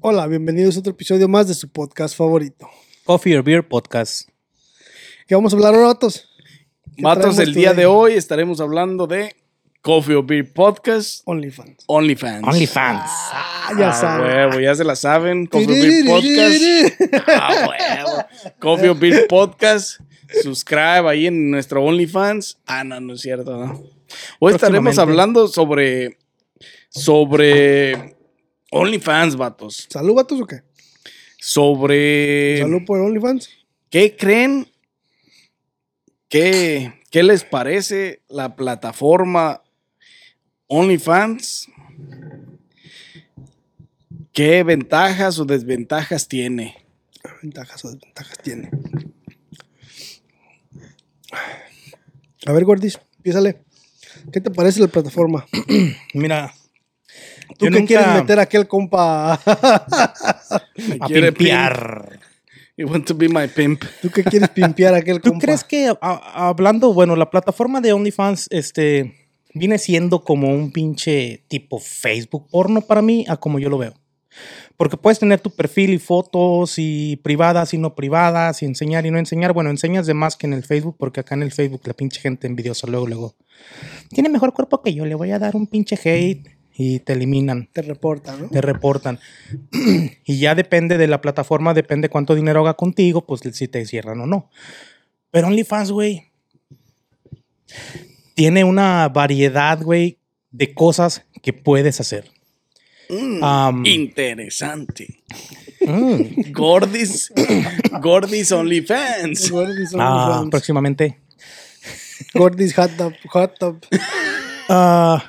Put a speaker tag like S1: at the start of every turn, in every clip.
S1: Hola, bienvenidos a otro episodio más de su podcast favorito.
S2: Coffee or Beer Podcast.
S1: ¿Qué vamos a hablar ahora, Vatos? ¿Qué
S3: Matos,
S1: traemos
S3: el día
S1: today?
S3: de hoy estaremos hablando de Coffee or Beer Podcast,
S1: OnlyFans.
S3: OnlyFans.
S2: OnlyFans.
S1: Ah,
S3: Ah,
S1: ya saben.
S3: huevo, ya se la saben. Coffee or Beer Podcast. Ah, huevo. Coffee or Beer Podcast. Subscribe ahí en nuestro OnlyFans. Ah, no, no es cierto. ¿no? Hoy estaremos
S2: Próximamente.
S3: hablando sobre. Sobre. OnlyFans, vatos.
S1: ¿Salud, Vatos, o qué?
S3: Sobre.
S1: ¿Salud por OnlyFans?
S3: ¿Qué creen? ¿Qué, qué les parece la plataforma OnlyFans? ¿Qué ventajas o desventajas tiene?
S1: Ventajas o desventajas tiene. A ver, Gordis, piésale. ¿Qué te parece la plataforma?
S2: Mira,
S1: ¿Tú
S2: Yo
S1: qué
S2: nunca-
S1: quieres meter a aquel compa?
S3: Me
S2: a
S3: quiere
S2: pimpear.
S3: pimp. You want to be my pimp.
S1: ¿Tú qué quieres pimpear a aquel
S2: ¿Tú
S1: compa?
S2: crees que a- a- hablando, bueno, la plataforma de OnlyFans, este, viene siendo como un pinche tipo Facebook porno para mí, a como yo lo veo. Porque puedes tener tu perfil y fotos y privadas y no privadas y enseñar y no enseñar. Bueno, enseñas de más que en el Facebook porque acá en el Facebook la pinche gente envidiosa luego, luego. Tiene mejor cuerpo que yo, le voy a dar un pinche hate y te eliminan.
S1: Te reporta, ¿no?
S2: te reportan. y ya depende de la plataforma, depende cuánto dinero haga contigo, pues si te cierran o no. Pero OnlyFans, güey, tiene una variedad, güey, de cosas que puedes hacer.
S3: Mm,
S2: Am.
S3: Interesante.
S2: Mm.
S3: Gordis. Gordis OnlyFans.
S1: Gordis,
S2: Ah,
S1: OnlyFans.
S2: próximamente.
S1: Gordis, hot tub, hot tub.
S2: Ah,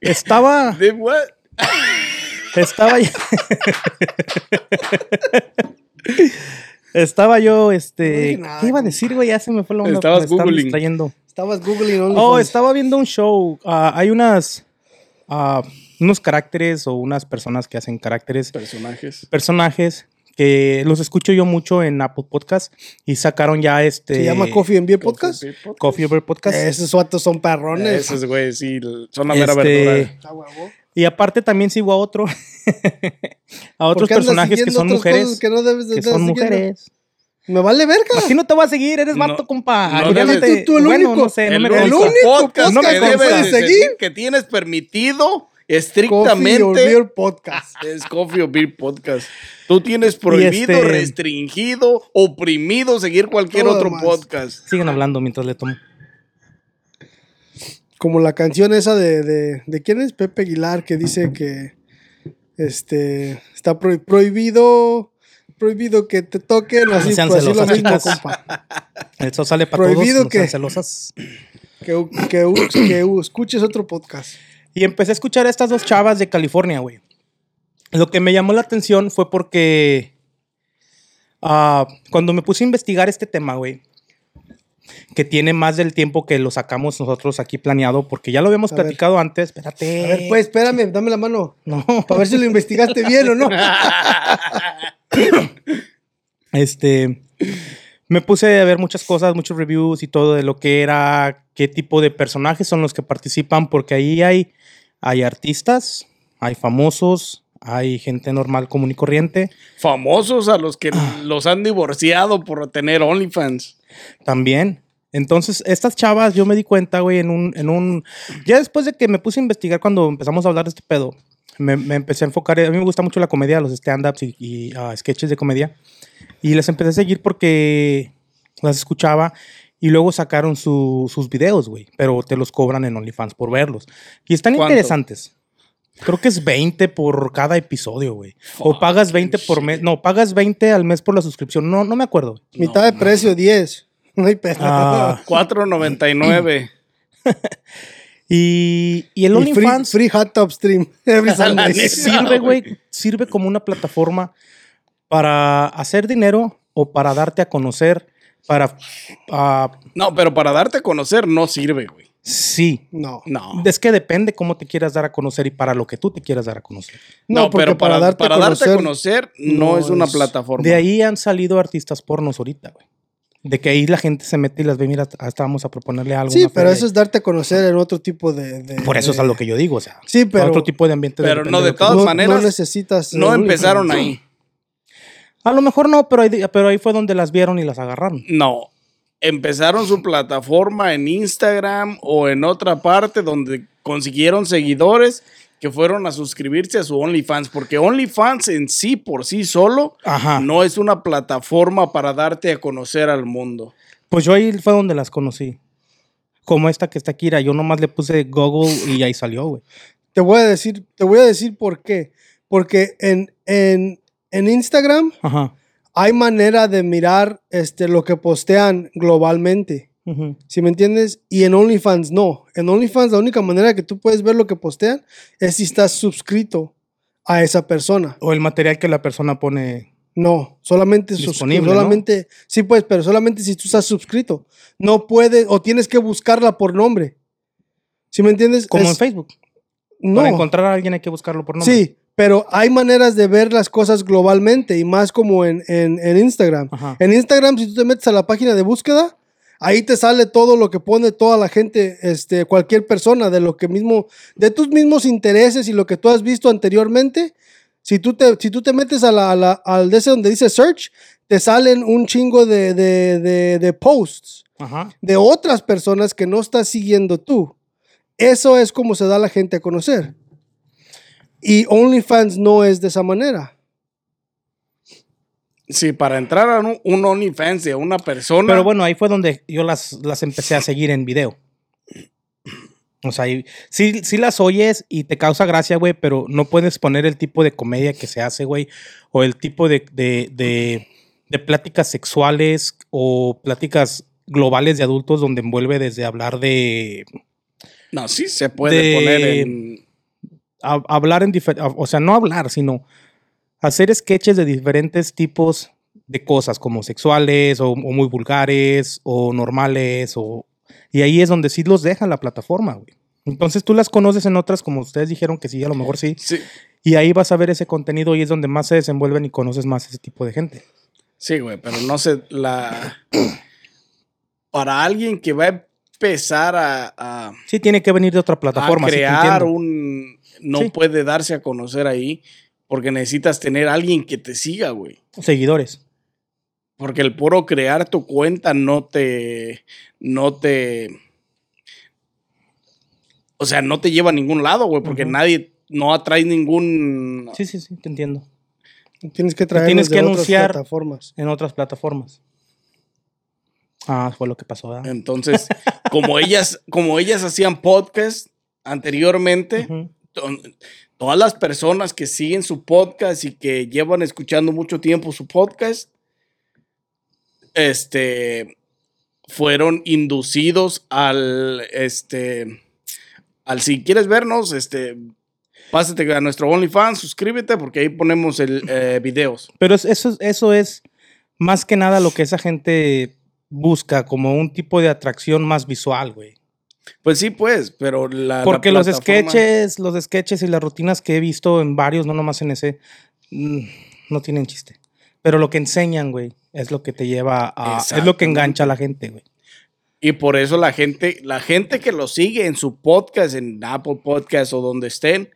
S2: estaba,
S3: ¿De what?
S2: estaba, yo- estaba yo,
S1: No
S2: este,
S1: dije nada,
S2: ¿qué iba a decir, güey? Ya se me fue la onda.
S3: Estabas
S2: me estaba
S3: googling.
S2: distrayendo.
S1: Estabas googling OnlyFans.
S2: Oh, estaba viendo un show. Ah, hay unas. ah, unos caracteres o unas personas que hacen caracteres,
S3: Personajes.
S2: personajes que los escucho yo mucho en Apple Podcast y sacaron ya este.
S1: ¿Se llama Coffee and Beer Podcast?
S2: Coffee Over Podcast.
S1: Esos vatos son perrones.
S3: Esos güey, sí, son la mera
S2: Este,
S3: verdura.
S1: Ah, huevo.
S2: Y aparte también sigo a otro. a
S1: ¿Por
S2: otros
S1: qué andas
S2: personajes que
S1: siguiendo
S2: son
S1: otras
S2: mujeres.
S1: cosas Que, no debes de
S2: Que
S1: estar
S2: son
S1: siguiendo?
S2: mujeres.
S1: Me vale verga.
S2: Así no te voy a seguir, eres
S3: No,
S2: vato, compa.
S3: no
S2: Al final
S3: debes-
S2: te-
S1: Tú el
S2: bueno,
S1: único,
S2: no sé, Este, no
S3: el,
S2: me
S3: único
S2: consta.
S3: podcast
S2: no me
S3: que
S2: consta.
S3: debes de
S1: Seguir.
S3: seguir que tienes permitido
S1: Coffee or
S3: estrictamente
S1: Beer Podcast.
S3: es Coffee or Beer Podcast. Tú tienes prohibido,
S2: este-
S3: restringido, oprimido seguir cualquier
S1: Todo
S3: otro
S1: demás.
S3: podcast.
S2: Siguen hablando mientras le tomo.
S1: Como la canción esa de, de, de quién es Pepe Aguilar que dice que este está pro- prohibido prohibido que te toquen así,
S2: sean
S1: pues, así lo
S2: celosas,
S1: mismo,
S2: chicas.
S1: compa.
S2: Eso sale para
S1: Prohibido
S2: todos. no
S1: que-
S2: sean celosas.
S1: Que, que, que escuches otro podcast.
S2: Y empecé a escuchar a estas dos chavas de California, güey. Lo que me llamó la atención fue porque ah, cuando me puse a investigar este tema, güey, que tiene más del tiempo que lo sacamos nosotros aquí planeado, porque ya lo habíamos
S1: A ver.
S2: platicado antes. Espérate.
S1: A ver, pues espérame, dame la mano
S2: No.
S1: para ver si lo investigaste bien o no.
S2: Este, me puse a ver muchas cosas, muchos reviews y todo de lo que era, qué tipo de personajes son los que participan, porque ahí hay, hay artistas, hay famosos, hay gente normal, común y corriente,
S3: Famosos a los que los han divorciado por tener OnlyFans.
S2: también. Entonces, estas chavas, yo me di cuenta, güey, en un, en un... Ya después de que me puse a investigar cuando empezamos a hablar de este pedo, me, me empecé a enfocar, a mí me gusta mucho la comedia, los stand-ups y, y, ah, sketches de comedia. Y las empecé a seguir porque las escuchaba y luego sacaron su- sus videos, güey. Pero te los cobran en OnlyFans por verlos. Y están
S3: ¿Cuánto?
S2: interesantes. Creo que es 20 por cada episodio, güey. O pagas 20 por mes. No, pagas 20 al mes por la suscripción. No, no me acuerdo.
S1: Mitad de precio, 10. No hay pedo.
S2: Ah,
S3: 4.99.
S2: y, y el
S1: Y free,
S2: OnlyFans
S1: free hot top stream. Every
S3: La
S1: Sunday.
S3: neta.
S2: sirve, güey, sirve como una plataforma para hacer dinero o para darte a conocer. Para. ah,
S3: No, pero para darte a conocer no sirve, güey.
S2: sí.
S1: No. No,
S3: No.
S2: Es que depende cómo te quieras dar a conocer y para lo que tú te quieras dar a conocer.
S3: No,
S1: porque
S3: pero para, para darte, a conocer, no,
S1: no
S3: es una
S1: es-
S3: plataforma.
S2: De ahí han salido artistas pornos ahorita, güey. De que ahí la gente se mete y las ve, mira, hasta vamos a proponerle algo.
S1: Sí,
S2: una
S1: pero
S2: feria".
S1: eso es darte a conocer en otro tipo de. de-
S2: Por eso es
S1: de-
S2: a lo que yo digo, o sea.
S1: Sí, pero-
S2: Otro tipo de ambiente.
S3: pero
S2: depende
S3: no de
S2: lo que-
S3: todas
S1: no,
S3: maneras,
S1: No necesitas.
S3: No
S1: eh,
S3: empezaron ahí.
S2: A lo mejor no, pero ahí, pero ahí fue donde las vieron y las agarraron.
S3: No. Empezaron su plataforma en Instagram o en otra parte donde consiguieron seguidores que fueron a suscribirse a su OnlyFans, porque OnlyFans en sí, por sí solo,
S2: Ajá.
S3: no es una plataforma para darte a conocer al mundo.
S2: Pues yo ahí fue donde las conocí. Como esta que está Kira, yo nomás le puse Google y ahí salió, güey.
S1: Te voy a decir, te voy a decir por qué. Porque en, en, en Instagram
S2: Ajá.
S1: hay manera de mirar este, lo que postean globalmente.
S2: Ujú.
S1: ¿Sí me entiendes? Y en OnlyFans no. En OnlyFans la única manera que tú puedes ver lo que postean es si estás suscrito a esa persona.
S2: O el material que la persona pone.
S1: No, solamente sus-
S2: Disponible, ¿no?
S1: solamente sí pues, pero solamente si tú estás suscrito. No puedes o tienes que buscarla por nombre. ¿Sí me entiendes?
S2: Como en
S1: Es-
S2: Facebook.
S1: no.
S2: Para encontrar a alguien hay que buscarlo por nombre.
S1: Sí, pero hay maneras de ver las cosas globalmente y más como en, en- en Instagram.
S2: Ajá.
S1: En Instagram, si tú te metes a la página de búsqueda, ahí te sale todo lo que pone toda la gente, este, cualquier persona, de lo que mismo, de tus mismos intereses y lo que tú has visto anteriormente. Si tú te, si tú te metes a la, a la- al de ese donde dice search, te salen un chingo de, de- de- de posts
S2: Ajá.
S1: de otras personas que no estás siguiendo tú. Eso es como se da la gente a conocer. Y OnlyFans no es de esa manera.
S3: Sí, para entrar a un, un OnlyFans de una persona.
S2: Pero bueno, ahí fue donde yo las, las empecé a seguir en video. O sea, y- sí, sí las oyes y te causa gracia, güey, pero no puedes poner el tipo de comedia que se hace, güey, o el tipo de, de, de- de pláticas sexuales o pláticas globales de adultos donde envuelve desde hablar de...
S3: no, sí se puede
S2: de-
S3: poner en.
S2: a- hablar en diferentes... O sea, no hablar, sino hacer sketches de diferentes tipos de cosas, como sexuales o, o muy vulgares o normales o, Y ahí es donde sí los deja la plataforma, güey. Entonces tú las conoces en otras, como ustedes dijeron que sí, a lo mejor sí.
S3: Sí,
S2: Y ahí vas a ver ese contenido y es donde más se desenvuelven y conoces más ese tipo de gente.
S3: Sí, güey, pero no sé, la... Para alguien que va a empezar a, a-
S2: Sí, tiene que venir de otra
S3: a
S2: plataforma. sí te
S3: Ah, crear
S2: entiendo.
S3: un... No
S2: Sí.
S3: puede darse a conocer ahí porque necesitas tener a alguien que te siga, güey.
S2: Seguidores.
S3: Porque el puro crear tu cuenta no te... No te... O sea, no te lleva a ningún lado, güey, porque
S2: Ujú.
S3: nadie... No atrae ningún...
S2: Sí, sí, sí, te entiendo.
S1: Tienes que traer
S2: tienes que
S1: de
S2: anunciar.
S1: otras plataformas.
S2: En otras plataformas. Ah, fue lo que pasó, ¿verdad?
S3: Entonces, como ellas, como ellas hacían podcast anteriormente,
S2: Ujú.
S3: to- todas las personas que siguen su podcast y que llevan escuchando mucho tiempo su podcast, este, fueron inducidos al, este, al si quieres vernos, este, pásate a nuestro OnlyFans, suscríbete porque ahí ponemos el, eh, videos.
S2: Pero es- eso, es- eso es más que nada lo que esa gente busca, como un tipo de atracción más visual, güey.
S3: Pues sí, pues, pero la... la
S2: Porque los
S3: plataforma-
S2: sketches, los sketches y las rutinas que he visto en varios, no nomás en ese, mm, no tienen chiste. Pero lo que enseñan, güey, es lo que te lleva a... Es lo que
S3: Exactamente.
S2: engancha a la gente, güey.
S3: Y por eso la gente, la gente que lo sigue en su podcast, en Apple Podcast o donde estén,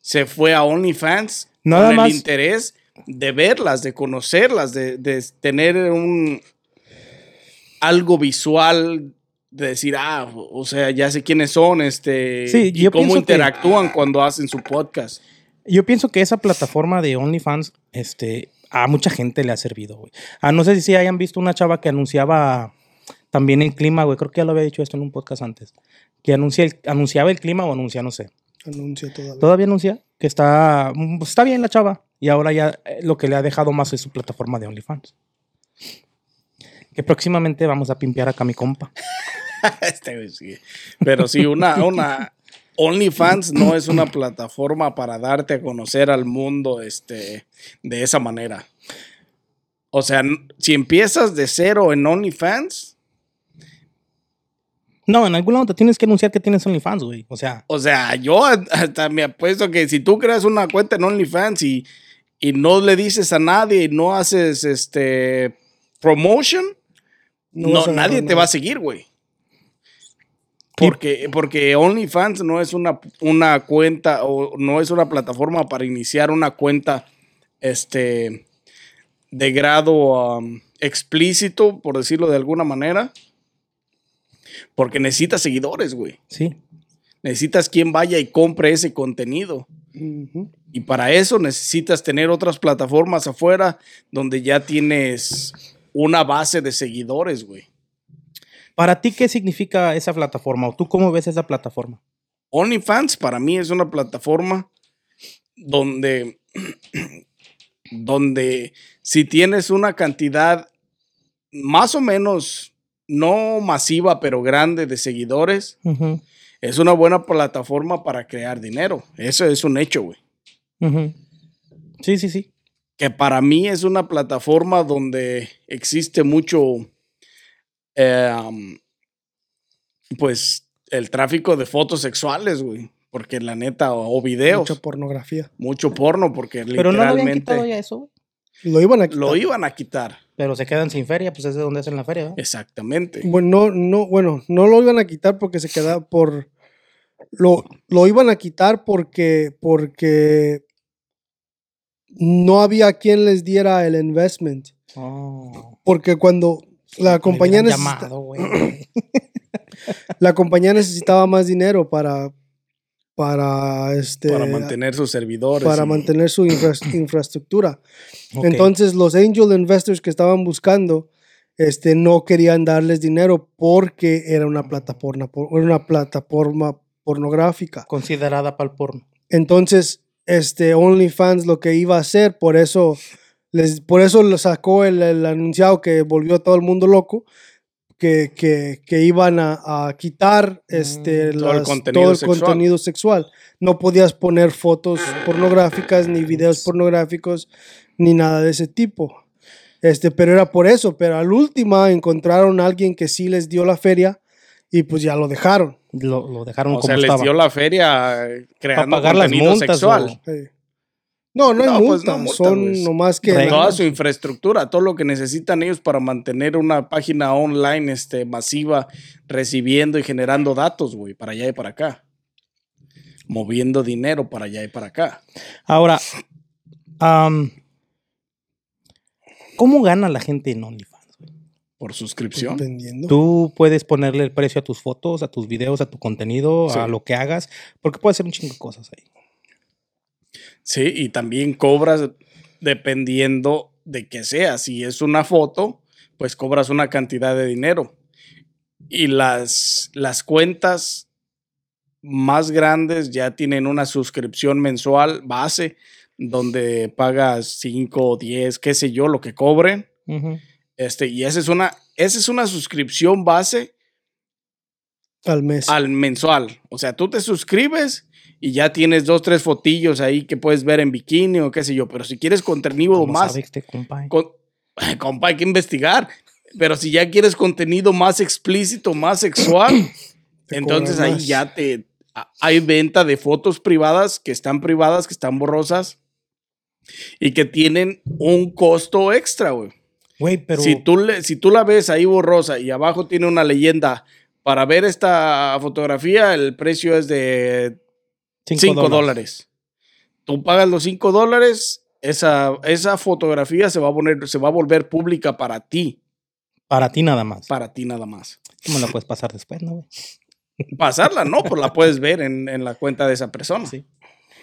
S3: se fue a OnlyFans
S2: Nada
S3: con
S2: más.
S3: el interés de verlas, de conocerlas, de, de tener un algo visual, de decir, ah, o sea, ya sé quiénes son, este,
S2: Sí,
S3: y
S2: yo
S3: cómo
S2: pienso que-
S3: interactúan cuando hacen su podcast.
S2: Yo pienso que esa plataforma de OnlyFans, este, a mucha gente le ha servido, güey. Ah, no sé si hayan visto una chava que anunciaba también el clima, güey. Creo que ya lo había dicho esto en un podcast antes. Que anuncia el- anunciaba el clima o anuncia, no sé.
S1: Anuncio todavía.
S2: Todavía anuncia que está, mm, está bien la chava. Y ahora ya eh, lo que le ha dejado más es su plataforma de OnlyFans. Que próximamente vamos a pimpear acá a mi compa.
S3: Este güey sí. Pero sí, una, una OnlyFans no es una plataforma para darte a conocer al mundo este, de esa manera. O sea, n- si empiezas de cero en OnlyFans,
S2: No, en algún lado te tienes que anunciar que tienes OnlyFans, güey. O sea,
S3: o sea, yo a- hasta me apuesto que si tú creas una cuenta en OnlyFans y, y no le dices a nadie y no haces este promotion,
S1: No
S3: no,
S1: vas a agarrar
S3: nadie te
S1: nada.
S3: va a seguir, güey. Porque, porque OnlyFans no es una, una cuenta o no es una plataforma para iniciar una cuenta este, de grado um, explícito, por decirlo de alguna manera. Porque necesitas seguidores, güey.
S2: Sí.
S3: Necesitas quien vaya y compre ese contenido.
S1: Ujú.
S3: Y para eso necesitas tener otras plataformas afuera donde ya tienes una base de seguidores, güey.
S2: ¿Para ti qué significa esa plataforma? ¿O tú cómo ves esa plataforma?
S3: OnlyFans para mí es una plataforma donde, donde si tienes una cantidad más o menos, no masiva, pero grande de seguidores,
S2: Ujú,
S3: es una buena plataforma para crear dinero. Eso es un hecho, güey.
S2: ujú. Sí, sí, sí.
S3: que para mí es una plataforma donde existe mucho, eh, um, pues, el tráfico de fotos sexuales, güey. Porque la neta, o, o videos,
S1: Mucha
S3: mucho,
S1: pornografía.
S3: porno, porque
S2: Pero no lo habían quitado
S3: literalmente
S2: ya eso, güey.
S1: Lo iban a quitar.
S3: lo iban a quitar.
S2: Pero se quedan sin feria, pues es de donde hacen la feria, ¿verdad? Este,
S3: Exactamente.
S1: Bueno, no, no, bueno, no lo iban a quitar porque se quedaba por. Lo, lo iban a quitar porque. porque no había quien les diera el investment.
S2: Oh.
S1: Porque cuando la compañía,
S2: Le hubieran
S1: necesita-
S2: llamado, güey.
S1: la compañía necesitaba más dinero para. Para este.
S3: para mantener sus servidores.
S1: para
S3: y-
S1: mantener su infra- infraestructura.
S2: Ok.
S1: Entonces los angel investors que estaban buscando este, no querían darles dinero porque era una plataforma, por- era una plataforma pornográfica.
S2: Considerada para el porno.
S1: Entonces este, OnlyFans lo que iba a hacer, por eso, les, por eso lo sacó el, el anunciado que volvió a todo el mundo loco. Que, que- que iban a, a quitar este,
S3: Mm, todo el
S1: las-
S3: contenido
S1: todo el
S3: sexual.
S1: contenido sexual. No podías poner fotos pornográficas, ni videos pornográficos, ni nada de ese tipo. Este, pero era por eso. Pero al última encontraron a alguien que sí les dio la feria y pues ya lo dejaron.
S2: Lo, lo dejaron
S3: O
S2: como
S3: sea, les
S2: estaba.
S3: dio la feria eh,
S2: para
S3: creando
S2: pagar las
S3: contenido
S2: multas.
S3: sexual.
S2: o-
S1: Eh, No, no hay
S3: No, pues,
S1: multa,
S3: no multa,
S1: son
S3: pues.
S1: nomás que...
S2: Reglas.
S3: Toda su infraestructura, todo lo que necesitan ellos para mantener una página online este, masiva, recibiendo y generando datos, güey, para allá y para acá. Moviendo dinero para allá y para acá.
S2: Ahora, am, ¿cómo gana la gente en OnlyFans? güey?
S3: Por
S2: Pues,
S3: suscripción.
S1: Dependiendo.
S2: Tú puedes ponerle el precio a tus fotos, a tus videos, a tu contenido, a
S3: Sí.
S2: lo que hagas, porque puedes hacer un chingo de cosas ahí.
S3: Sí, y también cobras dependiendo de que sea. Si es una foto, pues cobras una cantidad de dinero. Y las, las cuentas más grandes ya tienen una suscripción mensual base donde pagas 5, 10, qué sé yo, lo que cobren.
S2: Ujú.
S3: Este, y esa es una, esa es una suscripción base
S1: Al mes.
S3: al mensual. O sea, tú te suscribes y ya tienes dos, tres fotillos ahí que puedes ver en bikini o qué sé yo. Pero si quieres contenido
S2: ¿Cómo
S3: más,
S2: sabe este compa, eh?
S3: con- compa, hay que investigar. Pero si ya quieres contenido más explícito, más sexual,
S1: Te
S3: entonces
S1: cobran
S3: ahí
S1: más.
S3: ya te... a- Hay venta de fotos privadas que están privadas, que están borrosas y que tienen un costo extra, güey.
S2: Güey, pero
S3: Si tú, le, si tú la ves ahí borrosa y abajo tiene una leyenda, para ver esta fotografía el precio es de
S2: cinco
S3: 5 dólares. Tú pagas los 5 dólares, esa, esa fotografía se va, a poner, se va a volver pública para ti,
S2: Para ti nada más.
S3: para ti nada más.
S2: ¿Cómo me la puedes pasar después, no, güey?
S3: Pasarla no, pues la puedes ver en, en la cuenta de esa persona.
S2: Sí.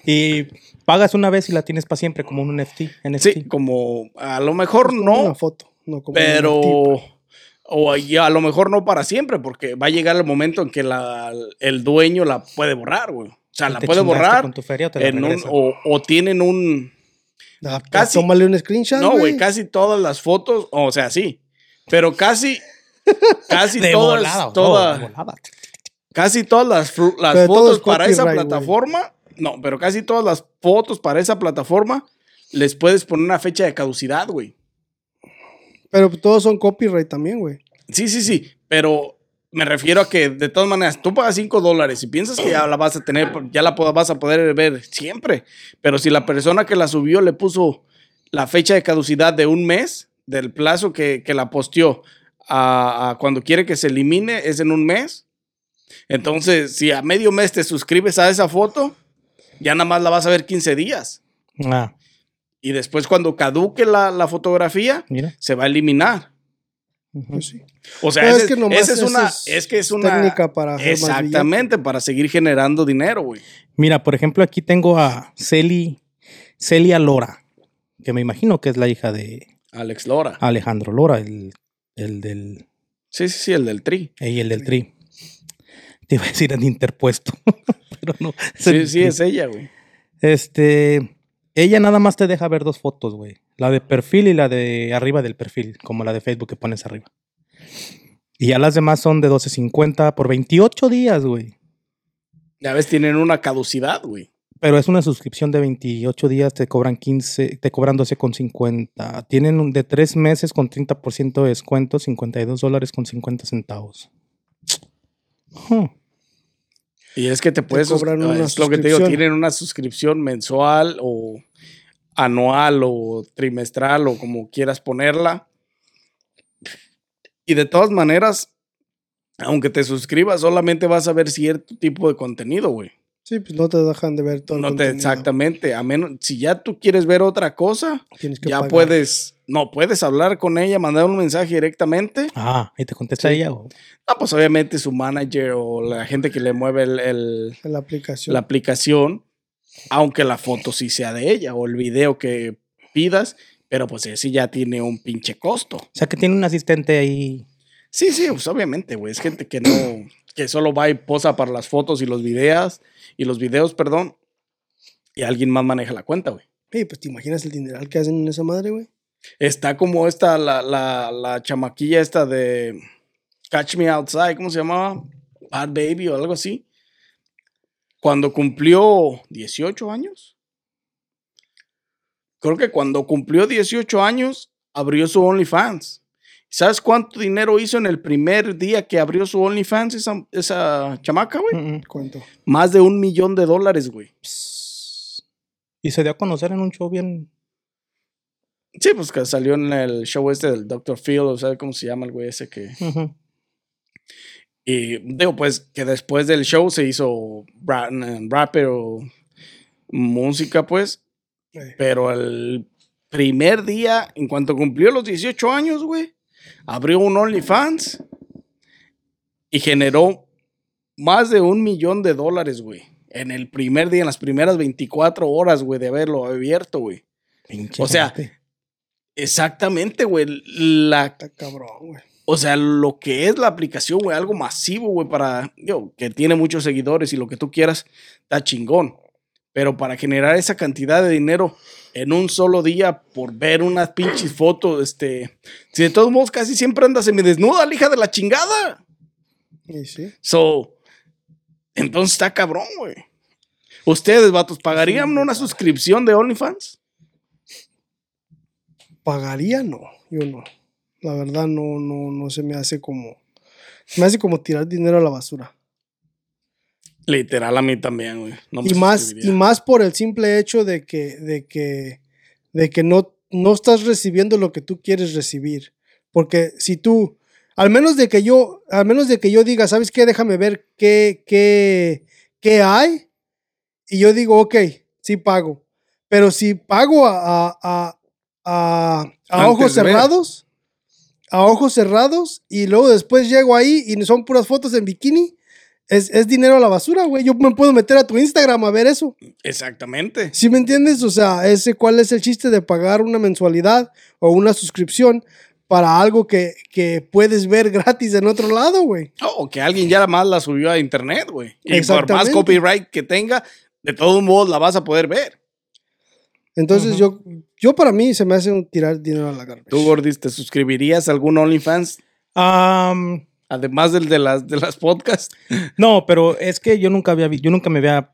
S2: Y pagas una vez y la tienes para siempre como un NFT. NFT.
S3: Sí, como a lo mejor
S1: Como Una
S3: no,
S1: foto. No como un tipo.
S3: pero o y a lo mejor no para siempre porque va a llegar el momento en que la, el dueño la puede borrar, güey. O sea,
S2: Y
S3: la
S2: te
S3: puede
S2: chingaste
S3: borrar
S2: Con tu feria o te la
S3: en un-
S2: regresan.
S3: o, o tienen un
S1: Ah, pues,
S3: casi.
S1: Tómale un screenshot.
S3: no, güey, casi todas las fotos, o sea, sí, pero casi casi
S2: de
S3: todas
S2: volada, bro,
S3: toda-
S2: de volada.
S3: casi todas las fru- las
S1: Pero todo
S3: fotos
S1: es
S3: para esa
S1: copyright, güey.
S3: plataforma, no, pero casi todas las fotos para esa plataforma les puedes poner una fecha de caducidad, güey.
S1: Pero todos son copyright también, güey.
S3: Sí, sí, sí, pero me refiero a que de todas maneras tú pagas 5 dólares y piensas que ya la vas a tener, ya la po- vas a poder ver siempre, pero si la persona que la subió le puso la fecha de caducidad de un mes del plazo que, que la posteó a, a cuando quiere que se elimine es en un mes. Entonces, si a medio mes te suscribes a esa foto, ya nada más la vas a ver 15 días.
S2: Ah,
S3: Y después cuando caduque la, la fotografía,
S2: mira.
S3: se va a eliminar.
S2: Ujú.
S1: Pues sí.
S3: O sea,
S1: Pero
S3: ese
S1: es
S3: es
S1: que nomás
S3: esa es
S1: esa
S3: una,
S1: es
S3: es que es una
S1: técnica para hacer más
S3: exactamente para seguir generando dinero, güey.
S2: Mira, por ejemplo, aquí tengo a Celi, Celia Lora, que me imagino que es la hija de
S3: Alex Lora.
S1: Ah.
S2: Alejandro Lora, el, el del
S3: Sí, sí, sí, el del Tri.
S2: ella, el del Tri. Te iba a decir el interpuesto, pero no. es
S3: Sí,
S2: el
S3: sí,
S2: Tri.
S3: es ella, güey.
S2: Este, ella nada más te deja ver dos fotos, güey. La de perfil y la de arriba del perfil, como la de Facebook que pones arriba. Y ya las demás son de 12.50 por 28 días, güey.
S3: Ya ves, tienen una caducidad, güey.
S2: Pero es una suscripción de 28 días, te cobran 15, te cobran 12.50. Tienen un de 3 meses con 30% de descuento, 52 dólares con 50 centavos. Huh.
S3: Y es que te puedes sus- ah,
S1: cobran una
S3: es lo que te digo,
S1: suscripción.
S3: tienen una suscripción mensual o anual o trimestral o como quieras ponerla. Y de todas maneras, aunque te suscribas, solamente vas a ver cierto tipo de contenido, güey.
S1: Sí, pues no te dejan de ver todo. el
S3: No te,
S1: contenido.
S3: exactamente, a menos si ya tú quieres ver otra cosa,
S1: Tienes que
S3: ya
S1: pagar.
S3: puedes, no, puedes hablar con ella, mandar un mensaje directamente.
S2: Ah, y te contesta
S3: Sí.
S2: ella. o-
S3: Ah, pues obviamente su manager o la gente que le mueve el- el,
S1: En la aplicación.
S3: la aplicación, aunque la foto sí sea de ella o el video que pidas, pero pues ese ya tiene un pinche costo.
S2: O sea que tiene un asistente ahí.
S3: Sí, sí, pues obviamente, güey, es gente que no, que solo va y posa para las fotos y los videos, y los videos, perdón, y alguien más maneja la cuenta, güey.
S1: Ey, pues te imaginas el dineral que hacen en esa madre, güey.
S3: Está como esta, la, la, la chamaquilla esta de Catch Me Outside, ¿cómo se llamaba? Bad Baby o algo así. Cuando cumplió 18 años. Creo que cuando cumplió 18 años, abrió su OnlyFans. ¿Sabes cuánto dinero hizo en el primer día que abrió su OnlyFans esa, esa chamaca, güey?
S2: Mm, mm.
S1: ¿Cuánto?
S3: Más de un millón de dólares, güey.
S2: Psst. Y se dio a conocer en un show bien.
S3: Sí, pues que salió en el show este del Dr. Phil, o sea, ¿cómo se llama el güey ese que...
S2: Ujú.
S3: Y digo, pues que después del show se hizo ra- n- rapper o música, pues.
S1: Eh,
S3: Pero el primer día, en cuanto cumplió los 18 años, güey, abrió un OnlyFans y generó más de un millón de dólares, güey. En el primer día, en las primeras 24 horas, güey, de haberlo abierto, güey.
S2: Pinche
S3: O sea,
S2: gente.
S3: Exactamente, güey. La
S1: está cabrón, güey.
S3: o sea, lo que es la aplicación, güey, algo masivo, güey, para, digo, que tiene muchos seguidores y lo que tú quieras, está chingón. Pero para generar esa cantidad de dinero en un solo día por ver unas pinches fotos, este, si de todos modos casi siempre andas semidesnuda, la hija de la chingada.
S1: Y sí.
S3: So, entonces está cabrón, güey. Ustedes, vatos, ¿pagarían una suscripción de OnlyFans?
S1: Pagaría, no. Yo no. La verdad, no, no, no se me hace como. Se me hace como tirar dinero a la basura.
S3: Literal, a mí también, güey. No me
S1: y más, y
S3: suscribiría.
S1: más por el simple hecho de que, de que, de que no, no estás recibiendo lo que tú quieres recibir. Porque si tú, al menos de que yo, al menos de que yo diga, ¿sabes qué? Déjame ver qué, qué, qué hay. Y yo digo, ok, sí pago. Pero si pago a, a- a- a- a
S3: Antes
S1: ojos
S3: de ver.
S1: cerrados, a ojos cerrados, y luego después llego ahí y son puras fotos en bikini. Es, es dinero a la basura, güey. Yo me puedo meter a tu Instagram a ver eso.
S3: Exactamente.
S1: ¿Sí me entiendes? O sea, ese cuál es el chiste de pagar una mensualidad o una suscripción para algo que, que puedes ver gratis en otro lado, güey.
S3: O que alguien ya más la subió a internet, güey. Y por más
S1: Exactamente.
S3: copyright que tenga, de todos modos la vas a poder ver.
S1: Entonces
S2: Ujú.
S1: yo, yo para mí se me hace un tirar dinero a la garbage.
S3: Tú, Gordis, ¿te suscribirías a algún OnlyFans?
S2: Am,
S3: Además del de las, de las podcasts.
S2: no, pero es que yo nunca había vi- yo nunca me había.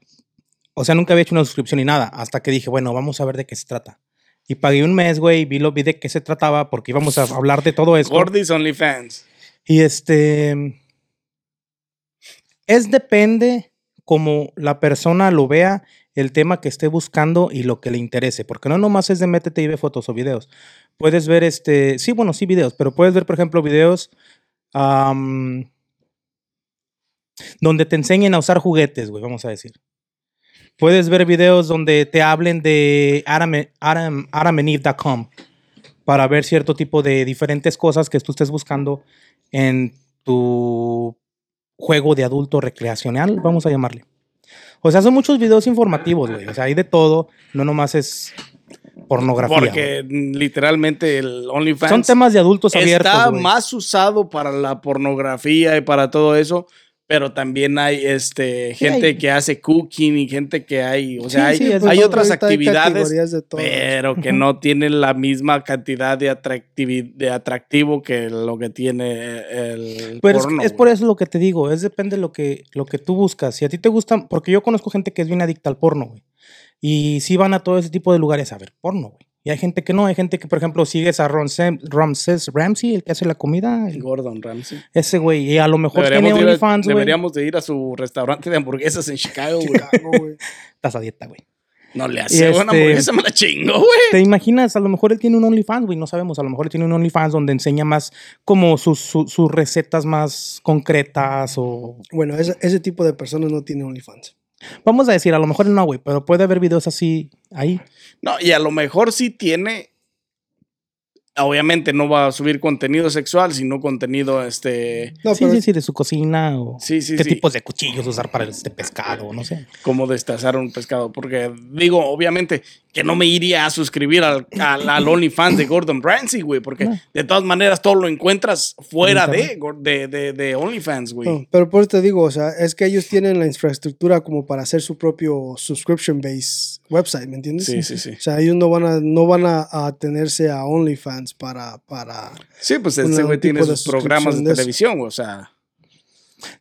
S2: O sea, nunca había hecho una suscripción ni nada. Hasta que dije, bueno, vamos a ver de qué se trata. Y pagué un mes, güey, vi, lo, vi de qué se trataba, porque íbamos a hablar de todo eso.
S3: Gordis OnlyFans.
S2: Y este. Es depende como la persona lo vea, el tema que esté buscando y lo que le interese, porque no nomás es de métete y ve fotos o videos. Puedes ver este, sí, bueno, sí videos, pero puedes ver, por ejemplo, videos am, donde te enseñen a usar juguetes, güey, vamos a decir. Puedes ver videos donde te hablen de arame- aram- aramandeve.com para ver cierto tipo de diferentes cosas que tú estés buscando en tu juego de adulto recreacional, vamos a llamarle. O sea, son muchos videos informativos, güey. O sea, hay de todo, no nomás es pornografía. güey.
S3: Porque mm, literalmente el OnlyFans
S2: son temas de adultos abiertos.
S3: está
S2: güey.
S3: más usado para la pornografía y para todo eso. Pero también hay este gente que hace cooking y gente que hay, o sea, hay,
S2: sí, es
S3: hay
S1: Pues,
S3: otras
S1: ahorita hay
S3: actividades
S1: categorías de todo.
S3: pero que no tiene la misma cantidad de, atractivi- de atractivo que lo que tiene eh, el
S2: Pero es-
S3: porno,
S2: es, por
S3: güey.
S2: eso lo que te digo, es depende de lo que, lo que tú buscas. Si a ti te gustan, porque yo conozco gente que es bien adicta al porno, güey. Y sí van a todo ese tipo de lugares a ver porno, güey. Y hay gente que no, hay gente que, por ejemplo, sigues a Ron Sem- Ramses Ramsey, el que hace la comida, el-
S3: Gordon Ramsay.
S2: ese güey, y a lo mejor tiene
S3: Deberíamos, de ir, a-
S2: OnlyFans, güey.
S3: deberíamos de ir a su restaurante de hamburguesas en Chicago, güey.
S1: Chicago, güey.
S2: Estás a dieta, güey.
S3: No le
S2: Y
S3: hace
S2: este-
S3: una hamburguesa, me la chingo, güey.
S2: ¿Te imaginas? A lo mejor él tiene un OnlyFans, güey, no sabemos. A lo mejor él tiene un OnlyFans donde enseña más como sus, su- sus recetas más concretas o
S1: Bueno, ese, ese tipo de personas no tiene OnlyFans.
S2: Vamos a decir, a lo mejor no, güey, pero puede haber videos así ahí.
S3: No, y a lo mejor sí tiene. Obviamente no va a subir contenido sexual, sino contenido este.
S1: No,
S2: sí,
S1: pero
S2: sí, sí, de su cocina o
S3: Sí, sí,
S2: qué
S3: sí.
S2: tipos de cuchillos usar para este pescado, no sé.
S3: cómo destazar un pescado. Porque digo, obviamente, que no me iría a suscribir al, al, al OnlyFans de Gordon Ramsay, güey. Porque
S2: No.
S3: de todas maneras todo lo encuentras fuera
S2: En
S3: de, Gor- de, de, de OnlyFans, güey.
S1: no, pero por eso te digo, o sea, es que ellos tienen la infraestructura como para hacer su propio subscription based website, ¿me entiendes?
S3: Sí, sí, sí.
S1: O sea, ellos no van a, no van a, a atenerse a OnlyFans para, para.
S3: Sí, pues
S1: Un
S3: este güey
S1: tipo
S3: tiene
S1: de
S3: sus programas de,
S1: suscripción de eso.
S3: televisión, güey. O sea,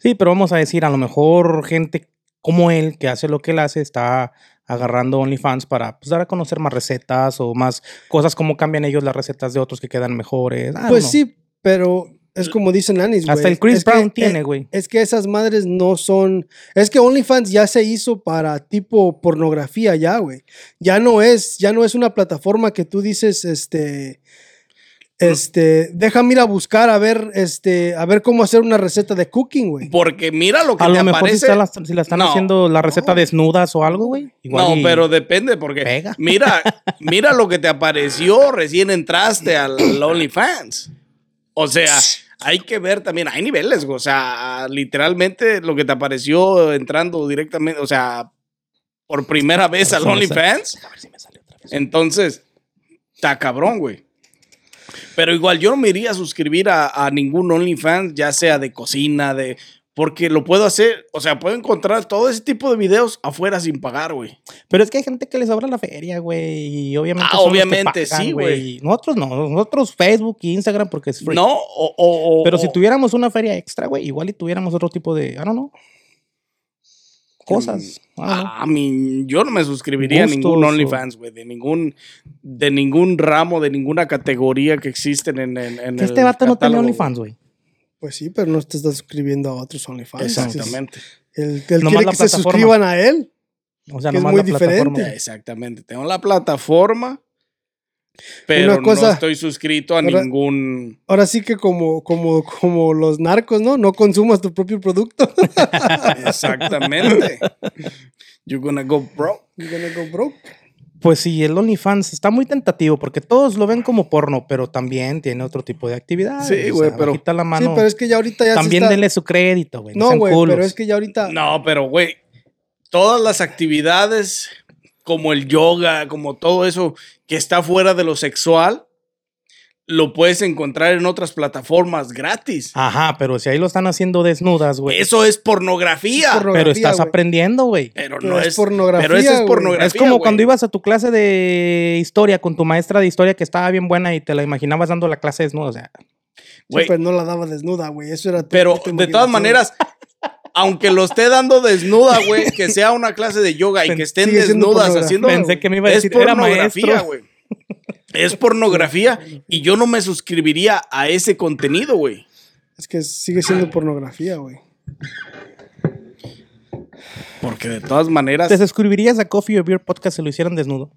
S2: Sí, pero vamos a decir, a lo mejor gente como él, que hace lo que él hace, está agarrando OnlyFans para pues, dar a conocer más recetas o más cosas, como cambian ellos las recetas de otros que quedan mejores. I don't
S1: pues
S2: know.
S1: sí, pero es como dicen Anis, güey.
S2: Hasta el Chris
S1: Es que-
S2: Brown
S1: eh,
S2: tiene, güey.
S1: Es que esas madres no son. Es que OnlyFans ya se hizo para tipo pornografía ya, güey. Ya no es, ya no es una plataforma que tú dices, este. Este, déjame ir a buscar a ver, este, a ver cómo hacer una receta de cooking, güey.
S3: porque mira lo que
S2: A
S3: te
S2: lo mejor si,
S3: aparece.
S2: está la- si la están
S3: No.
S2: haciendo la receta desnudas o algo, güey.
S3: No,
S2: igual y-
S3: pero depende porque
S2: pega.
S3: mira, mira lo que te apareció recién entraste al, al OnlyFans. O sea, hay que ver también, hay niveles, o sea, literalmente lo que te apareció entrando directamente, o sea, por primera vez al
S2: Déjame ver si me sale-
S3: OnlyFans,
S2: déjame ver si me sale otra vez.
S3: entonces, está cabrón, güey. Pero igual yo no me iría a suscribir a, a ningún OnlyFans, ya sea de cocina, de... Porque lo puedo hacer, o sea, puedo encontrar todo ese tipo de videos afuera sin pagar, güey.
S2: Pero es que hay gente que les sobra la feria, güey. Y obviamente.
S3: Ah,
S2: son los que
S3: obviamente, sí, güey.
S2: Y Nosotros no. Nosotros Facebook e Instagram porque es free.
S3: No, o, o- o-
S2: Pero
S3: o-
S2: si tuviéramos una feria extra, güey, igual y tuviéramos otro tipo de. I don't know. Cosas. I don't know.
S3: Ah, mi- yo no me suscribiría
S2: Gustos,
S3: a ningún
S2: o-
S3: OnlyFans, güey, de ningún, de ningún ramo, de ninguna categoría que existen en, en, en
S2: este
S3: el
S2: vato no tenía
S3: catálogo,
S2: OnlyFans, güey.
S1: Pues sí, pero no te estás suscribiendo a otros OnlyFans.
S3: güey. Exactamente.
S1: El, el quiere
S2: Nomás la
S1: que se
S2: plataforma.
S1: suscriban a él.
S2: O sea,
S1: Que es muy
S2: nomás la plataforma.
S1: diferente.
S3: Exactamente. Tengo la plataforma, pero
S1: Una cosa-
S3: no estoy suscrito a
S1: Ahora-
S3: ningún.
S1: Ahora sí que como, como, como los narcos, ¿no? No consumas tu propio producto.
S3: Exactamente. You're gonna go broke.
S1: You're gonna go broke.
S2: Pues sí, el OnlyFans está muy tentativo porque todos lo ven como porno, pero también tiene otro tipo de actividad.
S3: Sí, güey, pero-
S2: Quita la
S1: Sí,
S2: mano.
S1: pero es que ya ahorita ya se
S2: también
S1: está-
S2: denle su crédito, güey.
S1: No,
S2: sean
S1: güey,
S2: culos.
S1: pero es que ya ahorita.
S3: No, pero güey, todas las actividades como el yoga, como todo eso que está fuera de lo sexual, lo puedes encontrar en otras plataformas gratis.
S2: Ajá, pero si ahí lo están haciendo desnudas, Ah, güey.
S3: Eso es pornografía.
S1: Es porno-
S2: Pero estás
S1: güey.
S2: aprendiendo, güey.
S3: pero
S1: Pero
S3: no
S1: es
S3: es,
S1: pornografía,
S3: Pero eso es
S1: güey.
S3: pornografía.
S2: Es como
S3: güey.
S2: cuando ibas a tu clase de historia con tu maestra de historia que estaba bien buena y te la imaginabas dando la clase desnuda. O sea,
S1: Sí,
S3: Güey,
S1: pero no la daba desnuda, güey. Eso era este tu
S3: pero
S2: este
S1: puta
S3: de todas
S1: imaginación.
S3: maneras, aunque lo esté dando desnuda, güey, que sea una clase de yoga y que estén
S1: Sigue siendo
S3: desnudas
S1: pornografía.
S3: haciendo
S2: pensé que me iba a
S3: es
S2: decir, era
S3: pornografía,
S2: maestro.
S3: güey. Es pornografía y yo no me suscribiría a ese contenido, güey.
S1: Es que sigue siendo pornografía, güey.
S3: Porque de todas maneras,
S2: ¿Te suscribirías a Coffee or Beer Podcast si lo hicieran desnudo?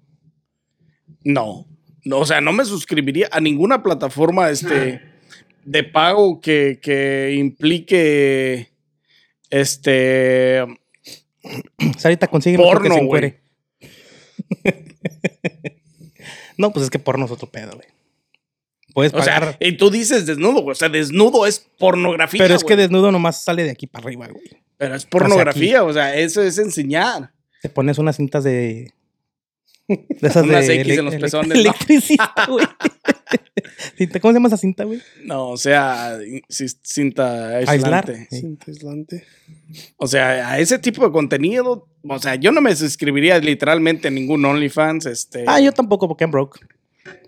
S3: no. no. O sea, no me suscribiría a ninguna plataforma este, de pago que, que implique este
S2: Sarita, consigue
S3: Porno,
S2: que se
S3: güey.
S2: encuere. no, pues es que porno es otro pedo, güey. Puedes
S3: O
S2: pagar.
S3: sea, y tú dices desnudo, güey. O sea, desnudo es pornografía.
S2: pero es que
S3: güey.
S2: desnudo nomás sale de aquí para arriba, güey.
S3: Pero es pornografía, o sea, eso es enseñar.
S2: Te pones unas cintas de. De esas
S3: Unas
S2: de
S3: X en los pezones, ¿no?
S2: electricidad, güey. Cinta- ¿Cómo se llama esa cinta, güey?
S3: No, o sea, ci- cinta
S2: Aislar.
S3: aislante.
S2: Sí.
S1: Cinta aislante.
S3: O sea, a ese tipo de contenido, o sea, yo no me suscribiría literalmente a ningún OnlyFans. Este,
S2: Ah, yo tampoco, porque I'm broke.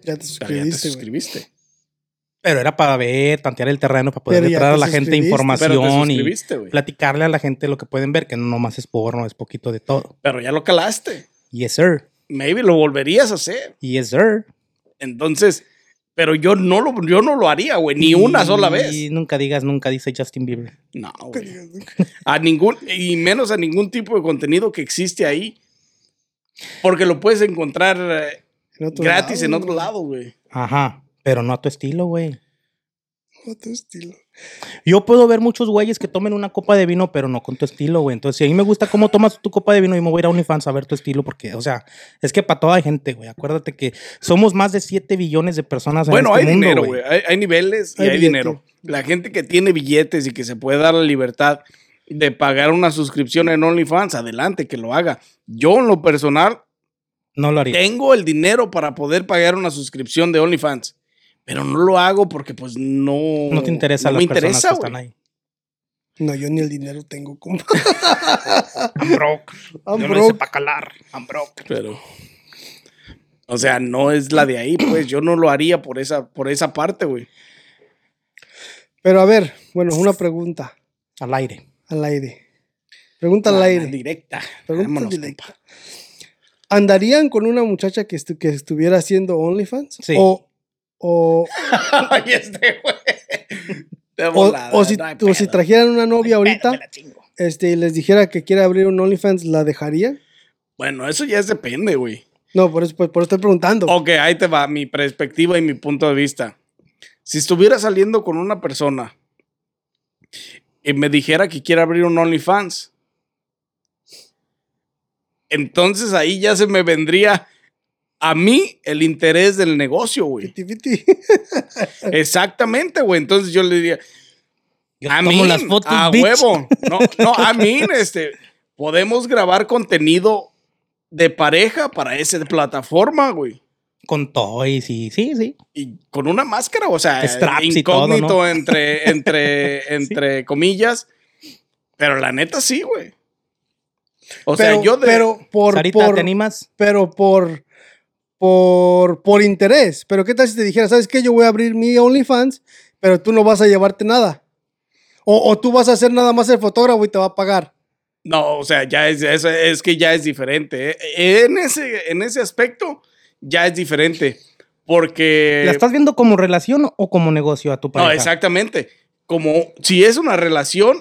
S1: Ya te
S3: pero ya
S1: suscribiste,
S3: te
S1: güey.
S3: suscribiste.
S2: Pero era para ver, tantear el terreno, para poder
S1: Pero ya
S2: entrar a
S1: te
S2: la gente
S1: suscribiste.
S3: Pero te
S2: información y
S3: suscribiste, güey.
S2: platicarle a la gente lo que pueden ver, que no nomás es porno, es poquito de todo.
S3: Pero ya lo calaste.
S2: Yes, sir.
S3: Maybe lo volverías a hacer.
S2: Yes, sir.
S3: Entonces, pero yo no lo, yo no lo haría, güey, ni una sola
S2: Y
S3: vez.
S2: nunca digas, nunca dice Justin Bieber.
S3: No, güey. A ningún, y menos a ningún tipo de contenido que existe ahí. Porque lo puedes encontrar eh,
S1: En otro
S3: gratis
S1: lado,
S3: en otro
S1: güey.
S3: lado, güey.
S2: Ajá, pero no a tu estilo, güey.
S1: Otro estilo.
S2: Yo puedo ver muchos güeyes que tomen una copa de vino, pero no con tu estilo, güey. Entonces, si a mí me gusta cómo tomas tu copa de vino, yo me voy a ir a OnlyFans a ver tu estilo, porque, o sea, es que para toda gente, güey. Acuérdate que somos más de 7 billones de personas en
S3: Bueno,
S2: este
S3: hay
S2: mundo,
S3: dinero, güey. Hay, hay niveles y
S1: Hay
S3: hay,
S1: billete.
S3: dinero. La gente que tiene billetes y que se puede dar la libertad de pagar una suscripción en OnlyFans, adelante, que lo haga. Yo, en lo personal,
S2: No lo haría.
S3: tengo el dinero para poder pagar una suscripción de OnlyFans. Pero no lo hago porque, pues, no.
S2: No te interesa
S3: no
S2: las
S3: me
S2: personas
S3: interesa,
S2: que están
S3: güey.
S2: ahí.
S1: No, yo ni el dinero tengo, compa.
S2: I'm broke.
S1: I'm
S2: yo
S1: broke.
S2: para calar. I'm broke.
S3: Pero. O sea, no es la de ahí, pues. Yo no lo haría por esa, por esa parte, güey.
S1: Pero a ver, bueno, una pregunta
S2: Al aire.
S1: al aire. Pregunta al
S3: Ah,
S1: aire.
S3: Directa.
S1: Pregunta
S3: Vámonos,
S1: directa.
S3: compa.
S1: ¿Andarían con una muchacha que, estu- que estuviera haciendo OnlyFans?
S2: Sí.
S1: O, o,
S3: Ay, este güey. De
S1: o,
S3: volada,
S1: o si,
S3: no hay
S1: o si
S3: pedo.
S1: trajeran una novia
S2: Pero me
S1: ahorita
S2: la chingo.
S1: este, y les dijera que quiere abrir un OnlyFans, ¿la dejarían?
S3: Bueno, eso ya es depende, güey.
S1: No, por eso, pues, por, por eso estoy preguntando.
S3: Ok, ahí te va mi perspectiva y mi punto de vista. Si estuviera saliendo con una persona y me dijera que quiere abrir un OnlyFans, entonces ahí ya se me vendría a mí el interés del negocio, güey.
S1: Fiti, fiti.
S3: Exactamente, güey. Entonces yo le diría,
S2: Yo
S3: a
S2: tomo
S3: mí,
S2: las fotos,
S3: a
S2: bitch.
S3: huevo. No, no, a mí, este, podemos grabar contenido de pareja para esa plataforma, güey.
S2: Con toys y sí, sí.
S3: y con una máscara, o sea,
S2: Straps y todo,
S3: incógnito
S2: ¿no?
S3: entre, entre, entre comillas. Pero la neta sí, güey. O
S1: pero,
S3: sea, yo de.
S1: pero por,
S2: Sarita,
S1: por-
S2: ¿te animas?
S1: pero por, por, por interés. Pero ¿qué tal si te dijera, sabes qué? Yo voy a abrir mi OnlyFans, pero tú no vas a llevarte nada. O, o tú vas a ser nada más el fotógrafo y te va a pagar.
S3: no, o sea, ya es, es, es que ya es diferente. eh. En ese, en ese aspecto, ya es diferente. Porque.
S2: ¿La estás viendo como relación o como negocio a tu pareja?
S3: Eh, No, exactamente. Como si es una relación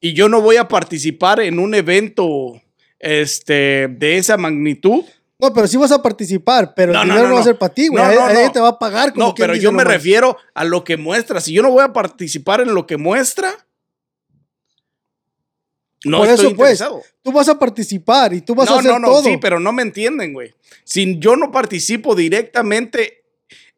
S3: y yo no voy a participar en un evento este, de esa magnitud,
S1: No, pero sí vas a participar, pero
S3: No,
S1: el
S3: no,
S1: dinero no,
S3: no,
S1: va a
S3: no.
S1: ser para ti, güey.
S3: No,
S1: A-
S3: no,
S1: a ella
S3: no.
S1: te va a pagar como
S3: No,
S1: quien
S3: pero
S1: dice
S3: yo me
S1: nomás.
S3: refiero a lo que muestra. Si yo no voy a participar en lo que muestra, no
S1: Por
S3: estoy
S1: eso, pues,
S3: interesado.
S1: Tú vas a participar y tú vas
S3: no,
S1: a hacer
S3: no, no,
S1: todo.
S3: sí, pero no me entienden, güey. Si yo no participo directamente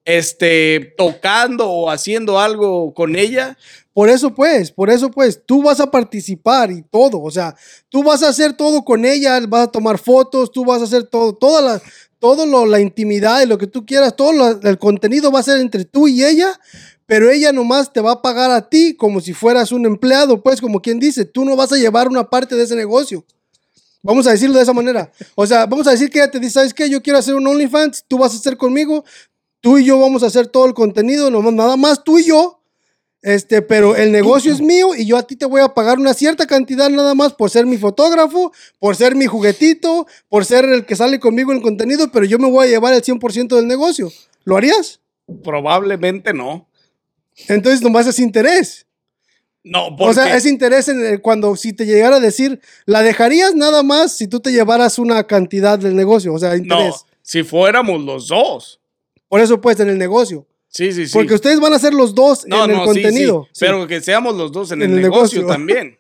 S3: este, tocando o haciendo algo con ella,
S1: Por eso pues, por eso pues, tú vas a participar y todo, o sea, tú vas a hacer todo con ella, vas a tomar fotos, tú vas a hacer todo, toda la, todo lo, la intimidad y lo que tú quieras, todo lo- el contenido va a ser entre tú y ella, pero ella nomás te va a pagar a ti como si fueras un empleado, pues como quien dice, tú no vas a llevar una parte de ese negocio. Vamos a decirlo de esa manera. O sea, vamos a decir que ella te dice, ¿sabes qué? Yo quiero hacer un OnlyFans, tú vas a hacer conmigo, tú y yo vamos a hacer todo el contenido, nomás, nada más tú y yo. Este, pero el negocio es mío y yo a ti te voy a pagar una cierta cantidad nada más por ser mi fotógrafo, por ser mi juguetito, por ser el que sale conmigo en contenido, pero yo me voy a llevar el 100% del negocio. ¿Lo harías?
S3: probablemente no.
S1: Entonces nomás es interés.
S3: No,
S1: O sea, es interés en el- cuando si te llegara a decir, la dejarías nada más si tú te llevaras una cantidad del negocio, o sea,
S3: No,
S1: interés.
S3: si fuéramos los dos.
S1: Por eso pues en el negocio,
S3: Sí, sí, sí.
S1: porque ustedes van a ser los dos en el
S3: sí,
S1: contenido.
S3: sí, Pero que seamos los dos en, el, negocio, también.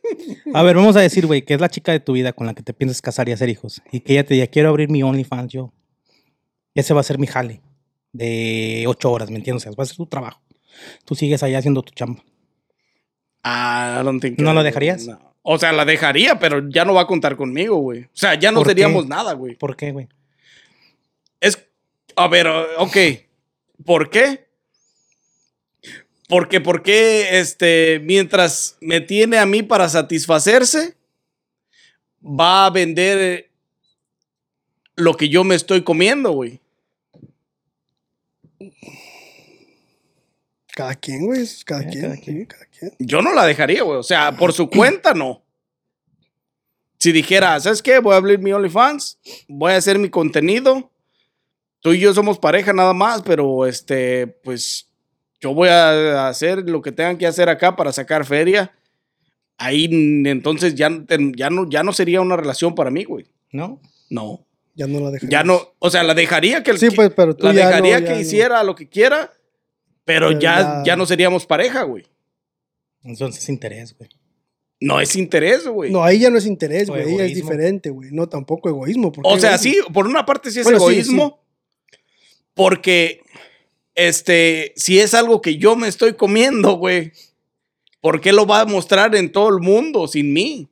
S2: A ver, vamos a decir, güey, que es la chica de tu vida con la que te piensas casar y hacer hijos. Y que ella te diga, quiero abrir mi OnlyFans yo. Y ese va a ser mi jale de ocho horas, ¿me entiendes? O sea, va a ser tu trabajo. Tú sigues allá haciendo tu chamba.
S3: Ah, I don't think
S2: ¿No
S3: I
S2: lo
S3: would,
S2: dejarías?
S3: no. O sea, la dejaría, pero ya no va a contar conmigo, güey. O sea, ya no
S2: ¿Por qué?
S3: seríamos nada, güey.
S2: ¿Por qué, güey?
S3: Es. A ver, eh, ok. ¿Por qué? Porque, ¿por qué? Este, mientras me tiene a mí para satisfacerse, va a vender eh, lo que yo me estoy comiendo, güey.
S1: Cada quien, güey, es cada,
S3: Eh,
S2: Ya,
S1: quien,
S2: cada
S1: sí,
S2: quien.
S1: cada quien.
S3: Yo no la dejaría, güey. O sea, por su cuenta, no. Si dijera, ¿sabes qué? Voy a abrir mi OnlyFans, voy a hacer mi contenido. Tú y yo somos pareja nada más, pero este, pues yo voy a hacer lo que tengan que hacer acá para sacar feria. Ahí mm, entonces ya, ten- ya, no, ya no sería una relación para mí, güey.
S2: ¿No?
S3: No.
S1: Ya no la dejarías.
S3: Ya no, o sea, la dejaría que el
S1: Sí,
S3: que-
S1: pues, pero tú
S3: la
S1: ya no,
S3: dejaría
S1: ya
S3: que
S1: no.
S3: hiciera lo que quiera, pero,
S1: Pero
S3: ya,
S1: ya-
S3: ya no seríamos pareja, güey.
S2: Entonces interés, güey.
S3: No es interés, güey.
S1: No, ahí ya no es interés,
S2: O
S1: güey, ahí ya es
S2: egoísmo.
S1: diferente, güey. No tampoco egoísmo, porque
S3: O sea, sí, por una parte sí es
S1: Bueno, sí,
S3: egoísmo. Porque, este, si es algo que yo me estoy comiendo, güey, ¿por qué lo va a mostrar en todo el mundo sin mí?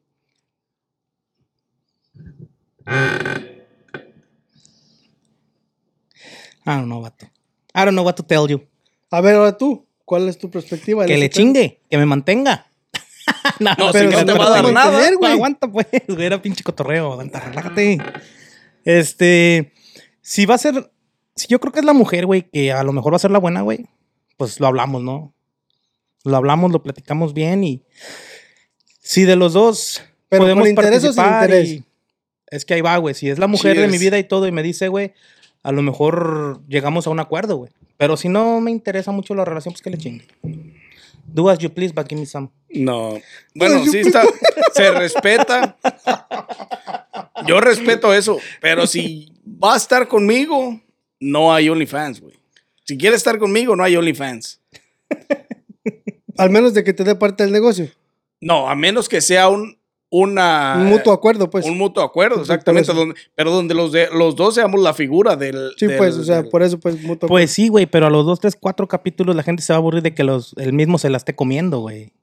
S2: I don't know what to, I don't know what to tell you.
S1: A ver, ahora tú, ¿cuál es tu perspectiva? en
S2: Que
S1: ese
S2: le
S1: pedo?
S2: chingue, que me mantenga.
S3: No,
S1: pero
S3: si
S1: si
S3: no te
S1: no
S3: va a
S1: te mantiene-
S3: dar nada.
S1: güey.
S2: Aguanta, pues, güey, era pinche cotorreo. Aguanta, relájate. Este, si va a ser, si yo creo que es la mujer, güey, que a lo mejor va a ser la buena, güey, pues lo hablamos, ¿no? Lo hablamos, lo platicamos bien y si de los dos
S1: Pero con
S2: podemos
S1: interés o sin
S2: participar
S1: interés.
S2: y- es que ahí va, güey, si es la mujer de mi
S3: Cheers.
S2: vida y todo y me dice, güey, a lo mejor llegamos a un acuerdo, güey. Pero si no me interesa mucho la relación, pues que le chingue. Do as you please, but give me some.
S3: No. Bueno,
S1: Pues yo-
S3: sí está, se respeta. Yo respeto eso, pero si va a estar conmigo, no hay OnlyFans, güey. Si quiere estar conmigo, no hay OnlyFans.
S1: Al menos de que te dé parte del negocio.
S3: No, a menos que sea un, una...
S1: un mutuo acuerdo, pues.
S3: Ah, un mutuo acuerdo,
S1: por
S3: exactamente.
S1: eso.
S3: donde- pero donde los, de, los dos seamos la figura del.
S1: Sí,
S3: del-
S1: pues, o sea,
S3: del-
S1: por eso, pues, mutuo
S2: Pues sí, güey, pero a los dos, tres, cuatro capítulos la gente se va a aburrir de que los, el mismo se la esté comiendo, güey.
S1: acuerdo.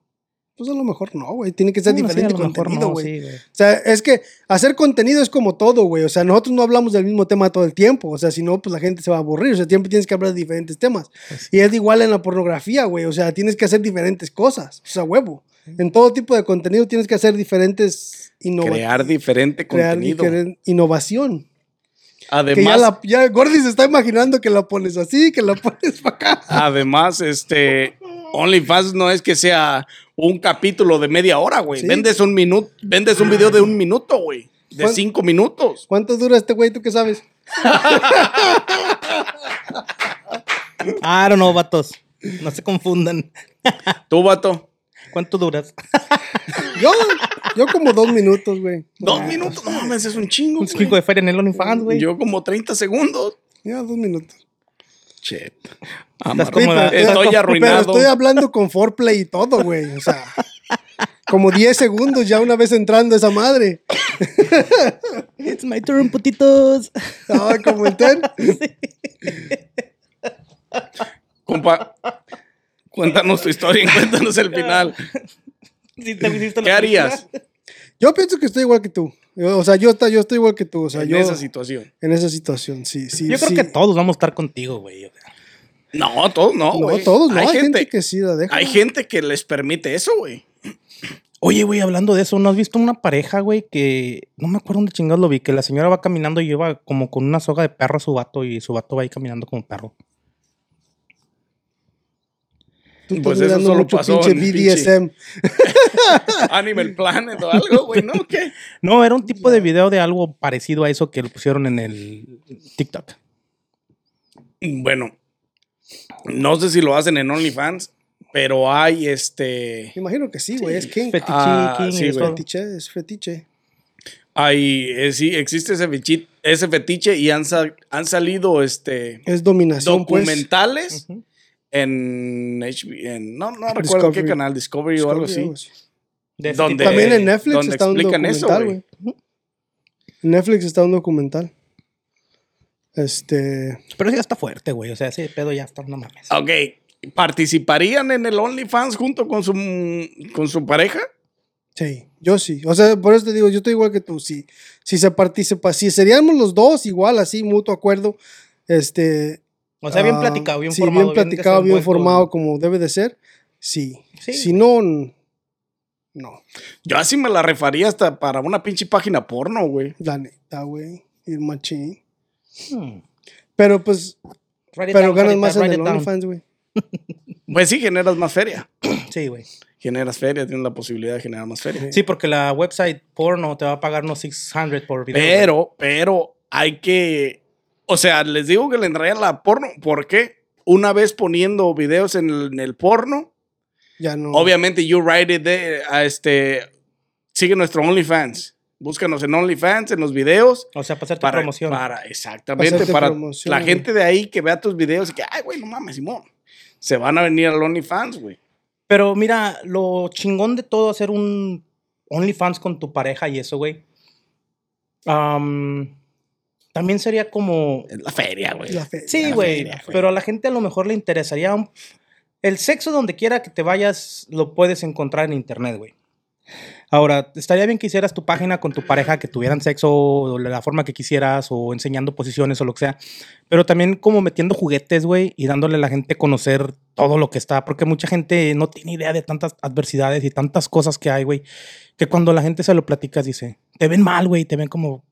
S1: Pues a lo mejor no, güey. Tiene que ser
S2: Bueno, sí,
S1: diferente
S2: a lo mejor
S1: contenido,
S2: no,
S1: güey.
S2: sí, güey.
S1: O sea, es que hacer contenido es como todo, güey. O sea, nosotros no hablamos del mismo tema todo el tiempo. O sea, si no, pues la gente se va a aburrir. O sea, siempre tienes que hablar de diferentes temas. Y es igual en la pornografía, güey. O sea, tienes que hacer diferentes cosas. O sea, huevo. En todo tipo de contenido tienes que hacer diferentes innovaciones.
S3: crear diferente contenido.
S1: innovación. Que ya,
S3: Además,
S1: la, ya Gordy se está imaginando que la pones así, que la pones para acá.
S3: además, este. OnlyFans no es que sea un capítulo de media hora, güey.
S1: Sí.
S3: Vendes un minuto, vendes un video de un minuto, güey. De
S1: Bueno.
S3: cinco minutos.
S1: ¿Cuánto dura este güey? ¿Tú qué sabes?
S2: I don't know, vatos. No se confundan.
S3: Tú, vato.
S2: ¿Cuánto duras?
S1: Yo, yo como dos minutos, güey.
S3: Dos
S1: pues,
S3: minutos. No mames, es un chingo.
S2: Un
S3: güey.
S2: chico de feria en el OnlyFans, güey.
S3: Yo como 30 segundos.
S1: Ya, dos minutos.
S3: Che.
S2: como la-
S3: Estoy
S1: pero
S3: arruinado.
S1: estoy hablando con foreplay y todo, güey. O sea, como 10 segundos ya una vez entrando esa madre.
S2: It's my turn, putitos.
S1: Ah, como el ten.
S3: Compa, cuéntanos tu historia y cuéntanos el final.
S2: Sí, te hiciste la
S3: ¿Qué harías
S1: Yo pienso que estoy igual que tú. Yo- o sea, yo, ta- yo estoy igual que tú. O sea,
S3: en
S1: yo
S3: esa situación?
S1: en esa situación, sí, sí.
S2: Yo creo
S1: sí.
S2: que todos vamos a estar contigo, güey. o sea.
S3: No, todos no,
S1: No,
S3: güey.
S1: todos no. Hay, gente,
S3: gente,
S1: que sí la deja.
S3: hay gente que les permite eso, güey.
S2: Oye, güey, hablando de eso, ¿no has visto una pareja, güey, que no me acuerdo dónde chingados lo vi, que la señora va caminando y lleva como con una soga de perro a su vato y su vato va ahí caminando como perro?
S1: Tú estás
S3: Pues eso
S1: mirando
S3: solo
S1: mucho
S3: pasó
S1: pinche
S3: en pinche-
S1: BDSM.
S3: Animal Planet o algo, güey, ¿no? ¿Qué?
S2: No, era un tipo de video de algo parecido a eso que lo pusieron en el TikTok.
S3: Bueno, no sé si lo hacen en OnlyFans, Pero hay este.
S1: Me imagino que sí, güey. Es King.
S2: Fetiche,
S3: Ah,
S2: king,
S3: sí,
S2: es
S3: güey.
S2: todo.
S1: Fetiche, es fetiche.
S3: Hay, eh, sí, existe ese, fechi- ese fetiche y han, sa- han salido este,
S1: Es dominación, pues.
S3: documentales
S2: Ujú.
S3: en, HB en- No, no recuerdo
S1: Discovery.
S3: qué canal, Discovery, o algo así.
S2: De ese
S3: ¿Dónde?
S2: tipo.
S1: También
S3: Eh,
S1: en Netflix
S3: ¿dónde
S1: está un
S3: explican eso,
S1: documental,
S3: güey?
S1: güey. En Netflix está un documental. Este.
S2: Pero eso ya está fuerte, güey. O sea, ese pedo ya está, no mames.
S3: Ah, Ok. ¿Participarían en el OnlyFans junto con su, con su pareja?
S1: Sí, yo sí. O sea, por eso te digo, yo estoy igual que tú. Si, si se participa, si seríamos los dos igual, así, mutuo acuerdo. Este.
S2: O sea, bien
S1: ah,
S2: platicado, bien
S1: sí,
S2: formado.
S1: Bien platicado, bien,
S2: desenvuelto.
S1: formado, como debe de ser. Sí.
S2: Sí.
S1: Si no, n- no.
S3: Yo así me la refaría hasta para una pinche página porno, güey.
S1: La neta, güey. Ir machín.
S2: Hmm.
S1: Pero pues,
S2: Write it
S1: pero
S2: down,
S1: ganas
S2: write it
S1: más
S2: down,
S1: en
S2: write
S1: el
S2: it down.
S1: OnlyFans, güey.
S3: Pues sí, generas más feria.
S2: Sí, güey.
S3: Generas feria, tienes la posibilidad de generar más feria.
S2: Sí, porque la website porno te va a pagar unos 600 por video. güey.
S3: Pero, pero hay que. O sea, les digo que le entraría la porno. ¿Por qué? Una vez poniendo videos en el, en el porno,
S1: Ya no.
S3: obviamente you write it there, a este. Sigue nuestro OnlyFans. Búscanos en OnlyFans, en los videos.
S2: O sea, para hacerte
S3: Para,
S2: promoción.
S3: para- exactamente,
S1: Hacerte
S3: para
S1: promoción,
S3: la
S1: güey.
S3: gente de ahí que vea tus videos y que, ay, güey, no mames, Simón. Se van a venir al OnlyFans, güey.
S2: Pero mira, lo chingón de todo hacer un OnlyFans con tu pareja y eso, güey. am, también sería como.
S3: Es la feria, güey.
S1: La fe-
S2: Sí,
S3: la
S2: güey.
S3: feria, güey.
S2: Pero a la gente a lo mejor le interesaría. un- El sexo, donde quiera que te vayas, lo puedes encontrar en internet, güey. Ahora, estaría bien que hicieras tu página con tu pareja, que tuvieran sexo o de la forma que quisieras, o enseñando posiciones o lo que sea. Pero también como metiendo juguetes, güey, y dándole a la gente a conocer todo lo que está. Porque mucha gente no tiene idea de tantas adversidades y tantas cosas que hay, güey. Que cuando la gente se lo platicas dice, te ven mal, güey, te ven como,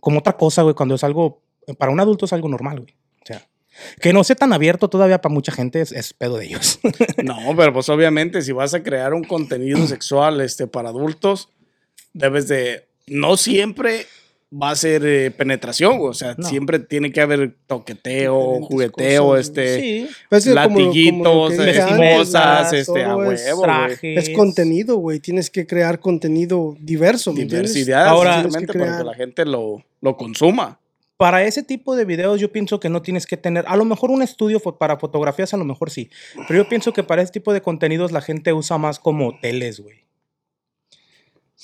S2: como otra cosa, güey. Cuando es algo, para un adulto es algo normal, güey. O sea, que no sea tan abierto todavía para mucha gente es, es pedo de ellos.
S3: No, pero pues obviamente si vas a crear un contenido sexual este, para adultos, debes de... No siempre va a ser eh, penetración, güey. o sea,
S2: No.
S3: siempre tiene que haber toqueteo,
S1: Diferentes
S3: jugueteo,
S1: cosas,
S3: este...
S2: sí.
S1: Pues es como lo- como lo que
S3: Latiguitos,
S1: dije antes,
S3: esposas,
S1: la-
S3: este, a
S1: todo es-
S3: huevo, güey.
S2: Trajes.
S1: Es contenido, güey. Tienes que crear contenido diverso. ¿me entiendes?
S3: Diversidad,
S2: Ahora-
S1: Tienes
S3: simplemente
S1: que
S3: para que
S1: crear.
S3: la gente lo, lo consuma.
S2: Para ese tipo de videos yo pienso que no tienes que tener, a lo mejor un estudio fo- para fotografías, a lo mejor sí, pero yo pienso que para ese tipo de contenidos la gente usa más como hoteles, güey.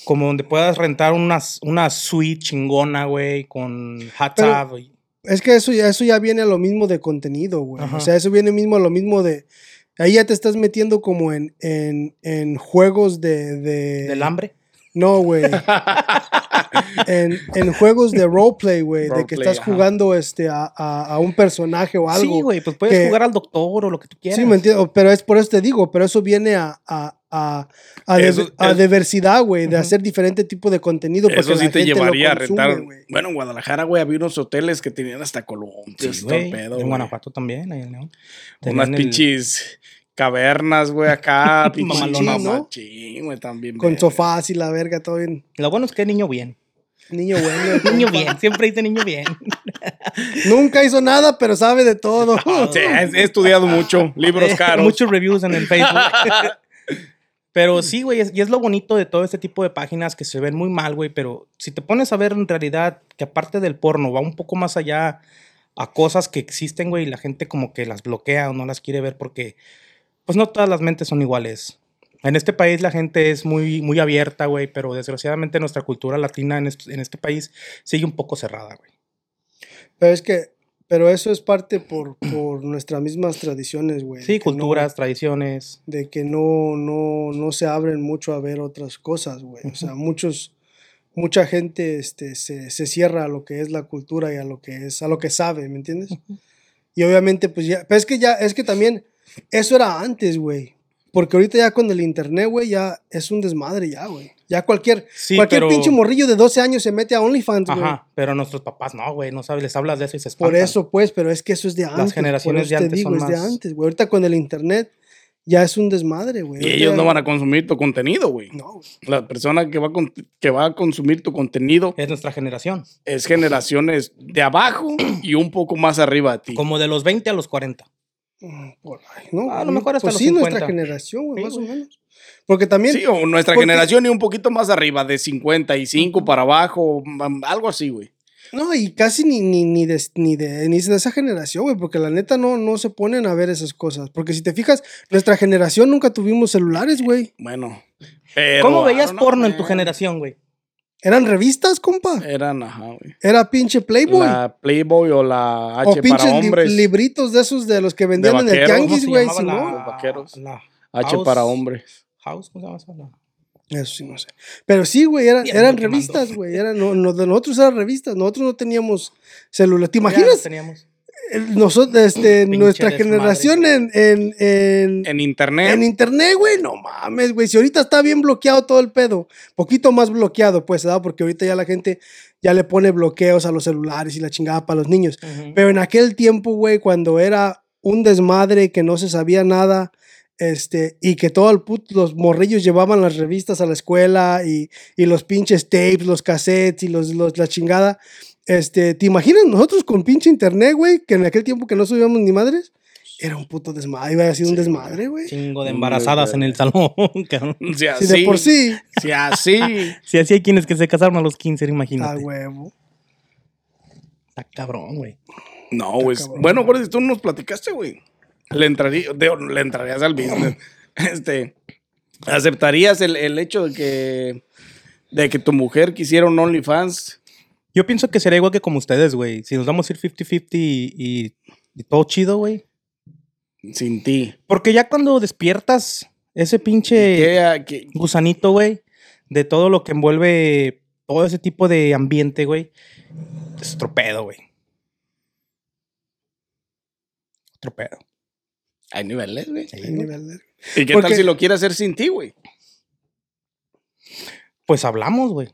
S2: Como donde puedas rentar unas, una suite chingona, güey, con hot
S1: Pero-
S2: tub. güey.
S1: Es que eso ya, eso ya viene a lo mismo de contenido, güey.
S2: Ajá.
S1: O sea, eso viene mismo a lo mismo de. Ahí ya te estás metiendo como en, en, en juegos de, de.
S2: ¿Del hambre?
S1: No, güey. en, en juegos de roleplay, güey. De que
S3: Roleplay,
S1: estás
S3: ajá.
S1: jugando este, a, a- a un personaje o algo.
S2: sí, güey, pues puedes
S1: que-
S2: jugar al doctor o lo que tú quieras.
S1: Sí, me entiendo, pero es por eso te digo, pero eso viene a, a, a, a, de-
S3: Eso-
S1: a
S3: es-
S1: diversidad, güey, de
S2: Ujú.
S1: hacer diferente tipo de contenido. para
S3: Eso
S1: que
S3: sí
S1: la
S3: te
S1: gente lo
S3: llevaría a
S1: consume,
S3: rentar.
S1: güey.
S3: Bueno, en Guadalajara, güey, había unos hoteles que tenían hasta
S2: Sí,
S3: columpios, y todo el
S2: güey.
S3: pedo,
S2: en
S3: güey.
S2: Guanajuato también, ahí en León.
S3: Unas
S2: Tenían el-
S3: pinches cavernas, güey, acá. pinches
S2: Mamalonas,
S1: ¿no?
S3: mamachín, güey, también.
S1: Con
S3: verga.
S1: sofás y la verga, todo bien.
S2: Lo bueno es que niño bien.
S1: Niño bueno.
S2: Niño bien, siempre dice niño bien.
S1: Nunca hizo nada, pero sabe de todo.
S3: Ah, Sí, he, he estudiado mucho,
S1: Eh,
S3: libros caros.
S2: Eh, Muchos reviews en el Facebook. pero sí, güey, es- y es lo bonito de todo este tipo de páginas que se ven muy mal, güey, pero si te pones a ver en realidad que aparte del porno va un poco más allá a cosas que existen, güey, y la gente como que las bloquea o no las quiere ver porque pues no todas las mentes son iguales. En este país la gente es muy, muy abierta, güey, pero desgraciadamente nuestra cultura latina en est- en este país sigue un poco cerrada, güey.
S1: Pero es que, pero eso es parte por, por nuestras mismas tradiciones, güey.
S2: Sí,
S1: que no-
S2: culturas, tradiciones.
S1: de que no, no, no se abren mucho a ver otras cosas, güey. O sea, muchos, mucha gente este, se, se cierra a lo que es la cultura y a lo que es, a lo que sabe, ¿me entiendes? Y obviamente, pues ya, pero es que ya, es que también, eso era antes, güey. Porque ahorita ya con el internet, güey, ya es un desmadre ya, güey. Ya cualquier,
S2: Sí,
S1: cualquier
S2: pero-
S1: pinche morrillo de 12 años se mete a OnlyFans, güey.
S2: Ajá, pero nuestros papás no, güey, no sabes, les hablas de eso y se
S1: Por
S2: espantan.
S1: eso, pues, pero es que eso es de antes. por
S2: generaciones
S1: eso
S2: de
S1: te
S2: antes
S1: digo,
S2: son
S1: Es de
S2: más-
S1: antes, güey. Ahorita con el internet ya es un desmadre, güey.
S3: Y
S1: Ahorita
S3: ellos
S1: ya-
S3: no van a consumir tu contenido, güey.
S1: No, güey.
S3: La persona que va, a con- que va a consumir tu contenido
S2: Es nuestra generación.
S3: es generaciones de abajo y un poco más arriba de ti.
S2: Como de los 20 a los 40.
S1: Mm, Por ahí, ¿no?
S2: A lo mejor hasta
S1: Pues
S2: los
S1: sí, nuestra
S2: 50.
S1: generación, güey,
S2: Sí,
S1: más
S2: güey.
S1: o menos. Porque también,
S3: Sí, o nuestra
S1: Porque-
S3: generación y un poquito más arriba, de 55 para abajo, mm, algo así, güey.
S1: no, y casi ni, ni, ni, de, ni, de, ni de esa generación, güey, porque la neta no, no se ponen a ver esas cosas. Porque si te fijas, nuestra generación nunca tuvimos celulares, güey.
S3: Bueno. Pero,
S2: ¿Cómo veías
S3: I don't know,
S2: porno en tu
S3: man.
S2: generación, güey?
S1: Eran revistas, compa.
S3: Eran, ajá, güey.
S1: Era pinche Playboy.
S3: La Playboy o la H
S1: o pinches
S3: para
S1: li-
S3: hombres.
S1: libritos de esos de los que vendían en el
S3: vaqueros, ¿cómo
S1: tianguis,
S2: se
S1: güey.
S2: llamaba
S1: Simón.
S2: la-
S3: Los vaqueros.
S2: la
S3: H
S2: House-
S3: para hombres.
S2: House, ¿cómo se llama esa? La-
S1: Eso sí, no sé. Pero sí, güey, eran,
S2: Bien,
S1: eran
S2: lo que mandó.
S1: revistas, güey. Eran, no, no, de nosotros eran revistas. Nosotros no teníamos celular. ¿Te
S2: Ya no
S1: imaginas?
S2: teníamos.
S1: Nosotros, este,
S2: Pinche
S1: nuestra
S2: desmadre,
S1: generación
S2: güey.
S1: en, en, en,
S3: En internet.
S1: en internet, güey. No mames, güey. Si ahorita está bien bloqueado todo el pedo. Poquito más bloqueado, pues, ¿verdad? Porque ahorita ya la gente ya le pone bloqueos a los celulares y la chingada para los niños.
S2: Ujú.
S1: Pero en aquel tiempo, güey, cuando era un desmadre que no se sabía nada, este, y que todo el put- los morrillos llevaban las revistas a la escuela y, y los pinches tapes, los cassettes y los, los- la chingada. Este, ¿te imaginas nosotros con pinche internet, güey? Que en aquel tiempo que no subíamos ni madres, era un puto desmadre, iba a sido un desmadre, güey.
S2: Chingo de
S3: Muy
S2: embarazadas en el salón, cabrón.
S3: mm, Si así.
S1: Si de por sí,
S3: Si así.
S2: Si así hay quienes que se casaron a los 15,
S1: a
S2: imagínate.
S1: Ah, huevo.
S2: Está cabrón, güey.
S3: No, güey.
S1: cabrón.
S3: Bueno, por eso tú nos platicaste, güey. Le, entraría, de- le entrarías al business. Este. ¿Aceptarías el, el hecho de que. de que tu mujer quisiera un OnlyFans?
S2: Yo pienso que sería igual que como ustedes, güey. Si nos vamos a ir 50-50 y, y- y todo chido, güey.
S3: Sin ti.
S2: Porque ya cuando despiertas ese pinche
S3: ¿Qué, a- qué-
S2: gusanito, güey, de todo lo que envuelve todo ese tipo de ambiente, güey, es otro pedo, güey. Otro pedo.
S3: Hay niveles, güey.
S1: Hay nivel de-
S3: ¿Y qué
S1: Porque-
S3: tal si lo quiere hacer sin ti, güey?
S2: Pues hablamos, güey.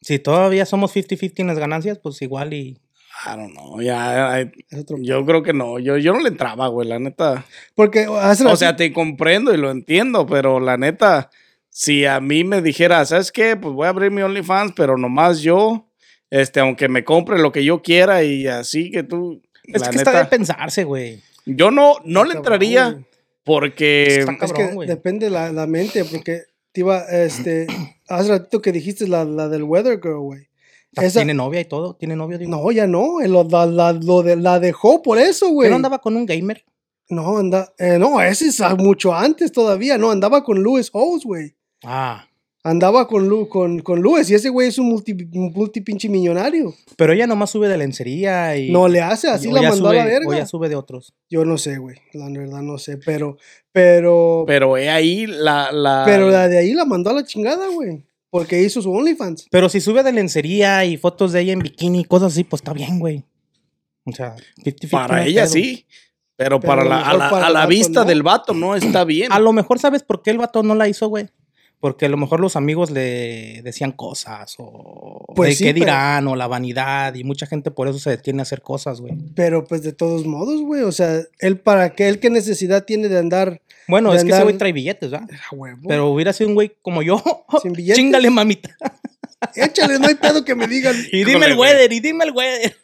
S2: Si todavía somos 50-50 en las ganancias, pues igual y...
S3: I don't know. Ya, ay,
S1: es otro-
S3: yo creo que no. Yo, yo no le entraba, güey, la neta.
S1: Porque hace
S3: O
S1: rato-
S3: sea, te comprendo y lo entiendo, pero la neta, si a mí me dijera, ¿sabes qué? Pues voy a abrir mi OnlyFans, pero nomás yo, este, aunque me compre lo que yo quiera y así que tú.
S2: Es
S3: la
S2: que está de
S3: neta,
S2: pensarse, güey.
S3: yo no, no le
S1: Cabrón,
S3: entraría
S1: güey.
S3: porque.
S2: Está-
S1: Es
S2: cabrón,
S1: que
S2: güey.
S1: depende la, la mente, porque te iba, este, hace ratito que dijiste la, la del Weather Girl, güey.
S2: Ta-
S1: Esa-
S2: Tiene novia y todo. Tiene novio, digo.
S1: No, ya no, eh, lo- la, la- lo de- la dejó por eso,
S2: ¿Que
S1: güey.
S2: no andaba con un gamer?
S1: No, anda, eh, no, ese es ah, mucho antes todavía, no, andaba con Lewis Howes, güey.
S2: Ah.
S1: Andaba con, Lu, con, con Lewis y ese güey es un multi, un multi pinche millonario.
S2: Pero ella nomás sube de lencería y...
S1: No le hace, así
S2: o
S1: la
S2: ya
S1: mandó a la
S2: sube- O
S1: verga.
S2: ya sube de otros.
S1: Yo no sé, güey, la verdad no sé, pero, pero,
S3: Pero he ahí la. la
S1: pero la de ahí la mandó a la chingada, güey, porque hizo su OnlyFans.
S2: Pero si sube de lencería y fotos de ella en bikini y cosas así, pues está bien, güey. O sea, 50-50. no
S3: para
S2: hay
S3: ella
S2: pedo.
S3: sí. Pero,
S1: Pero a
S3: para
S1: lo
S3: la, a
S1: mejor
S3: la,
S1: para
S3: a
S1: el
S3: la
S1: vato
S3: vista
S1: no.
S3: del vato no está bien.
S2: A lo mejor sabes por qué el vato no la hizo, güey. Porque a lo mejor los amigos le decían cosas o
S1: Pues
S2: de
S1: sí,
S2: qué
S1: pero-
S2: dirán o la vanidad y mucha gente por eso se detiene a hacer cosas, güey.
S1: Pero pues de todos modos, güey, o sea, él para qué, él qué necesidad tiene de andar
S2: Bueno,
S1: De
S2: es que ese
S1: andar-
S2: güey trae billetes, ¿verdad?
S1: a huevo.
S2: Pero hubiera sido un güey como yo.
S3: oh,
S1: Sin billetes.
S2: Chingale, mamita.
S1: Échale, no hay pedo que me digan.
S2: Y dime
S3: Híjole,
S2: el
S3: güey.
S2: weather, y dime el weather.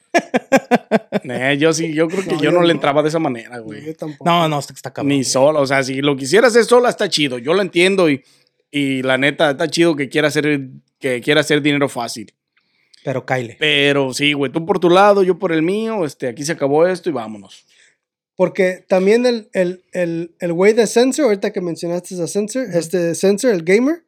S3: Eh, yo sí, yo creo que
S1: No,
S3: yo
S1: yo
S3: no,
S1: no.
S3: le entraba de esa manera, güey.
S1: Yo tampoco.
S2: No, no, está, está cabrón.
S3: Pues Ni sola, o sea, si lo quisiera hacer sola está chido, yo lo entiendo y, y la neta está chido que quiera hacer que quiera hacer dinero fácil.
S2: Pero Kyle.
S3: Pero sí, güey, tú por tu lado, yo por el mío, este, aquí se acabó esto y vámonos.
S1: Porque también el, el, el, el güey de Sensor, ahorita que mencionaste a Sensor, este Sensor, el gamer,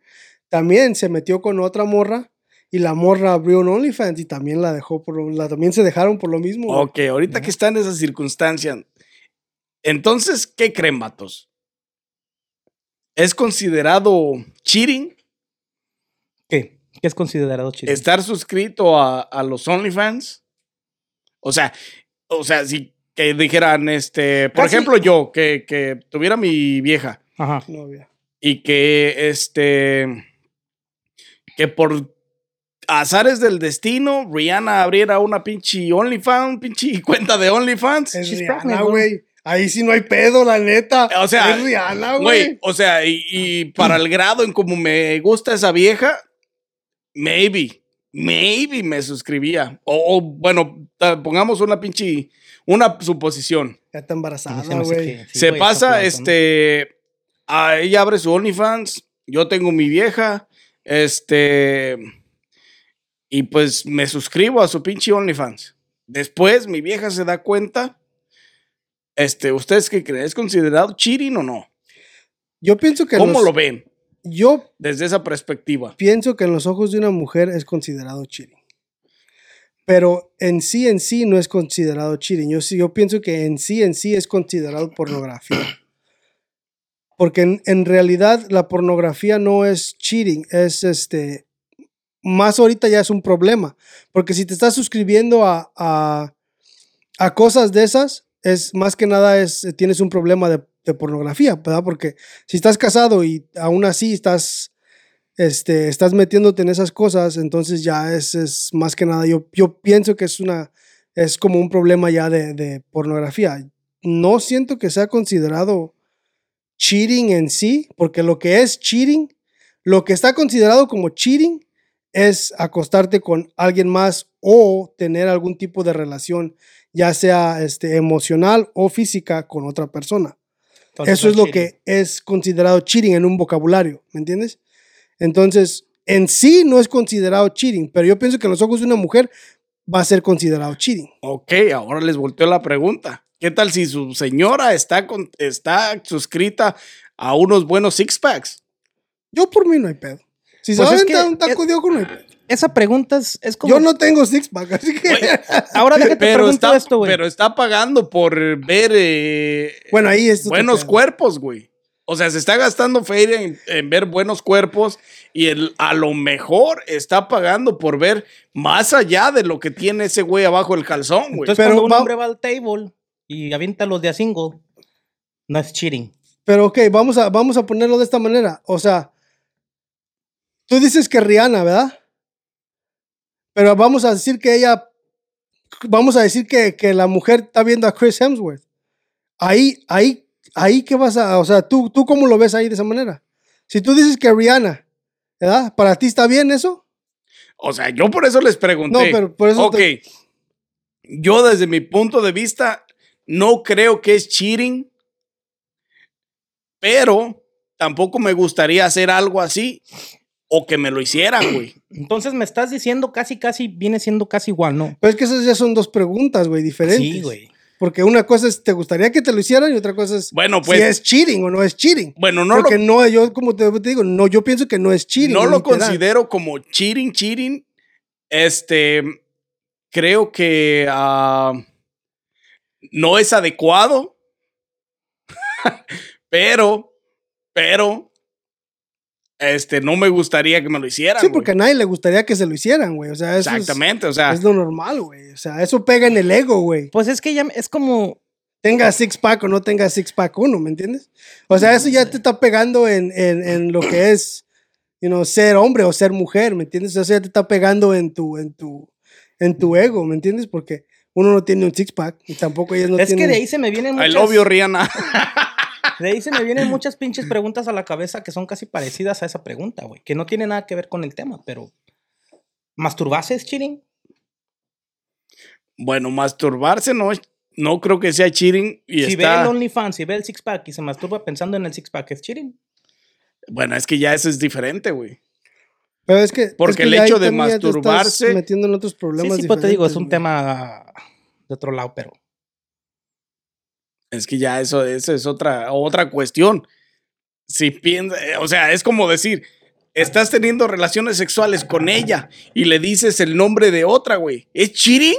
S1: también se metió con otra morra y la morra abrió un OnlyFans y también la dejó por lo- la, también se dejaron por lo mismo. güey.
S3: Ok, ahorita que están esas circunstancias, entonces, ¿qué creen, vatos? ¿Es considerado cheating
S2: ¿Qué? ¿Qué es considerado chido?
S3: estar suscrito a, a los OnlyFans? O sea, o sea, si que dijeran, este, por
S2: Casi-
S3: ejemplo, yo, que, que tuviera mi vieja.
S2: Ajá.
S1: No, había.
S3: y que este que por azares del destino Rihanna abriera una pinche OnlyFans, pinche cuenta de OnlyFans.
S1: Es
S2: She's
S1: Rihanna,
S2: pregnant, güey.
S1: güey. Ahí sí no hay pedo, la neta.
S3: O sea,
S1: es Rihanna,
S3: Güey,
S1: güey.
S3: o sea, y, y para el grado en como me gusta esa vieja, maybe, maybe me suscribía. O, o, bueno, ta- pongamos una pinche, una suposición.
S1: Ya está embarazada,
S2: Se me hace
S1: güey.
S2: que- sí,
S3: se
S2: güey, está
S3: pasa,
S2: planta, ¿no?
S3: este. a- ella abre su OnlyFans. Yo tengo mi vieja. Este. Y pues me suscribo a su pinche OnlyFans. Después mi vieja se da cuenta. Este, ¿ustedes qué creen? ¿Es considerado cheating o no?
S1: Yo pienso que en
S3: ¿Cómo
S1: los-
S3: lo ven
S1: yo
S3: desde esa perspectiva?
S1: pienso que en los ojos de una mujer es considerado cheating. Pero en sí, en sí no es considerado cheating. Yo, sí- yo pienso que en sí, en sí es considerado pornografía. Porque en, en realidad la pornografía no es cheating, es este. Más ahorita ya es un problema. Porque si te estás suscribiendo a, a, a cosas de esas, es más que nada es, tienes un problema de, de pornografía, ¿verdad? Porque si estás casado y aún así estás este, estás metiéndote en esas cosas, entonces ya es, es más que nada, yo, yo pienso que es una, es como un problema ya de, de pornografía. No siento que sea considerado cheating en sí, porque lo que es cheating, lo que está considerado como cheating es acostarte con alguien más o tener algún tipo de relación, ya sea este, emocional o física con otra persona.
S2: Entonces,
S1: Eso es lo
S2: cheating.
S1: que es considerado cheating en un vocabulario, ¿me entiendes? Entonces, en sí no es considerado cheating, pero yo pienso que en los ojos de una mujer va a ser considerado cheating.
S3: Ok, ahora les volteo la pregunta. ¿Qué tal si su señora está, con- está suscrita a unos buenos six packs?
S1: Yo por mí no hay pedo. Si se
S2: Pues
S1: va a
S2: es que-
S1: aventar un taco de ojo, no hay pedo.
S2: Esa pregunta es, es como.
S1: Yo no tengo six pack, así que.
S2: Ahora déjate
S3: Pero
S2: pregunto
S3: está,
S2: esto, güey.
S3: pero está pagando por ver eh,
S1: bueno, ahí es. otro
S3: buenos
S1: pedo.
S3: cuerpos, güey. O sea, se está gastando feria en, en ver buenos cuerpos y el- a lo mejor está pagando por ver más allá de lo que tiene ese güey abajo el calzón, güey.
S2: Entonces,
S1: Pero
S2: cuando un
S1: va-
S2: hombre va al table y avienta los de a single, no es cheating.
S1: Pero ok, vamos a, vamos a ponerlo de esta manera. O sea, tú dices que Rihanna, ¿verdad? Pero vamos a decir que ella, vamos a decir que, que la mujer está viendo a Chris Hemsworth. Ahí, ahí, ahí que vas a, o sea, ¿tú, tú cómo lo ves ahí de esa manera. Si tú dices que Rihanna, ¿verdad? ¿Para ti está bien eso?
S3: O sea, yo por eso les pregunté.
S1: No, pero por eso
S3: Ok. Yo desde mi punto de vista no creo que es cheating, pero tampoco me gustaría hacer algo así o que me lo hicieran, güey.
S2: Entonces me estás diciendo casi, casi, viene siendo casi igual, ¿no?
S1: Pero es que esas ya son dos preguntas, güey, diferentes.
S2: Sí, güey.
S1: Porque una cosa es, ¿te gustaría que te lo hicieran? Y otra cosa es,
S3: Bueno, pues-
S1: si es cheating o no es cheating.
S3: Bueno, no
S1: Porque
S3: lo,
S1: no, yo como te, te digo, no, yo pienso que no es cheating.
S3: no lo
S1: literal.
S3: considero como cheating, cheating. Este, creo que ah, no es adecuado, pero, pero, este, no me gustaría que me lo hicieran.
S1: Sí,
S3: güey.
S1: porque a nadie le gustaría que se lo hicieran, güey. O sea, eso es-
S3: Exactamente, o sea,
S1: Es, lo normal, güey. O sea, eso pega en el ego, güey.
S2: Pues es que ya es como.
S1: Tenga six pack o no tenga six pack uno, ¿me entiendes? O sea, eso ya te está pegando en, en- en lo que es, you know, ser hombre o ser mujer, ¿me entiendes? Eso ya te está pegando en tu, en tu, en tu ego, ¿me entiendes? Porque uno no tiene un six pack y tampoco ellos no
S2: es que
S1: tienen.
S2: de ahí se me vienen muchas.
S3: el obvio Rihanna.
S2: De ahí se me vienen muchas pinches preguntas a la cabeza que son casi parecidas a esa pregunta, güey. Que no tiene nada que ver con el tema, pero. ¿Masturbarse es cheating?
S3: Bueno, masturbarse no es, no creo que sea cheating y
S2: si ve
S3: está.
S2: el OnlyFans, si ve el six pack y se masturba pensando en el six pack, ¿es cheating?
S3: Bueno, es que ya eso es diferente, güey.
S1: Pero es que.
S3: Porque
S1: es que
S3: el
S1: ya ahí
S3: hecho de
S1: también ya te estás
S3: masturbarse-
S1: metiendo en otros
S2: Sí,
S1: problemas.
S2: sí, pues te digo, es
S1: diferentes,
S2: un
S1: güey.
S2: tema de otro lado, pero.
S3: Es que ya eso, eso es otra, otra cuestión. Si piensa, eh, o sea, es como decir, estás teniendo relaciones sexuales con ella y le dices el nombre de otra, güey. ¿Es cheating?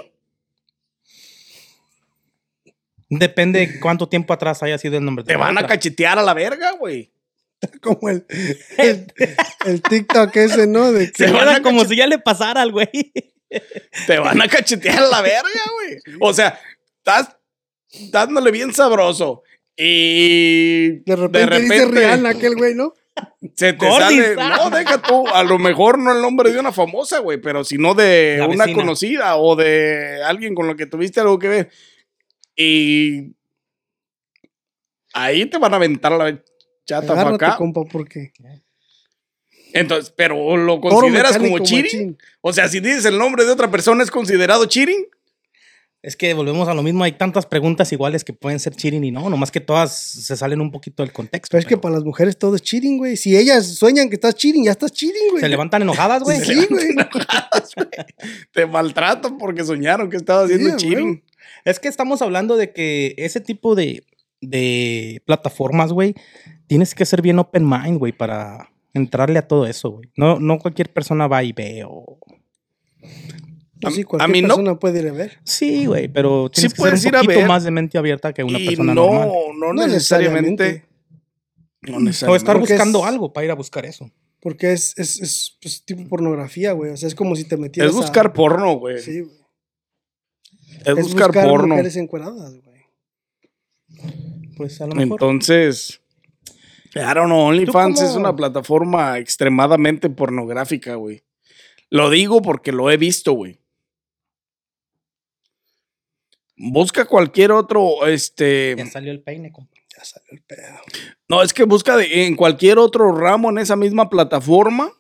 S2: Depende cuánto tiempo atrás haya sido el nombre. de
S3: Te
S2: la
S3: van a
S2: otra.
S3: cachetear a la verga, güey.
S1: como el, el, el TikTok ese, ¿no? De que,
S3: Te
S2: Se
S3: van
S2: queda
S3: a
S2: como
S3: cachet-
S2: si ya le pasara al güey.
S3: Te van a cachetear a la verga, güey. O sea, estás dándole bien sabroso. Y
S1: de repente, dice Rihanna aquel güey, ¿no?
S3: Se te
S2: Gordis.
S3: sale. No, deja tú. A lo mejor no el nombre de una famosa, güey, pero sino de
S2: La
S3: una
S2: vecina.
S3: conocida o de alguien con lo que tuviste algo que ver. Y. Ahí te van a aventar la chata para
S1: Agárrate,
S3: acá.
S1: compa, porque...
S3: Entonces, pero ¿lo
S1: Toro
S3: consideras
S1: mecánico,
S3: como cheating?
S1: machín.
S3: O sea, si dices el nombre de otra persona, ¿es considerado cheating?
S2: Es que volvemos a lo mismo, hay tantas preguntas iguales que pueden ser cheating y no, nomás que todas se salen un poquito del contexto.
S1: Pero es que para las mujeres todo es cheating, güey. Si ellas sueñan que estás cheating, ya estás cheating, güey.
S2: se levantan enojadas, güey.
S1: Pues Sí, güey.
S3: Te maltratan porque soñaron que estabas
S1: Sí,
S3: haciendo
S1: güey.
S3: cheating.
S2: Es que estamos hablando de que ese tipo de, de plataformas, güey, tienes que ser bien open mind, güey, para entrarle a todo eso, güey. No, no cualquier persona va y ve o...
S1: Pues sí,
S3: A- a
S1: cualquier
S3: mí no-
S1: persona puede ir a ver.
S2: Sí, güey, pero tienes que ser
S3: puedes
S2: un
S3: ir a
S2: poquito
S3: ver.
S2: más de mente abierta que una
S3: y
S2: persona
S3: no,
S2: normal.
S3: no necesariamente. No
S2: O estar
S3: necesariamente.
S1: Porque
S2: buscando
S1: es-
S2: algo para ir a buscar eso.
S1: Porque es, es, es pues, tipo pornografía, güey. O sea, es como si te metieras
S3: Es buscar
S1: a...
S3: porno, güey.
S1: Sí, güey.
S3: es, buscar, porno.
S1: mujeres encueradas, güey.
S2: Pues a lo mejor.
S3: Entonces, claro, no, OnlyFans
S2: cómo?
S3: es una plataforma extremadamente pornográfica, güey. Lo digo porque lo he visto, güey. Busca cualquier otro, este...
S2: ya salió el peine, compa.
S1: Ya salió el pedo.
S3: No, es que busca de- en cualquier otro ramo en esa misma plataforma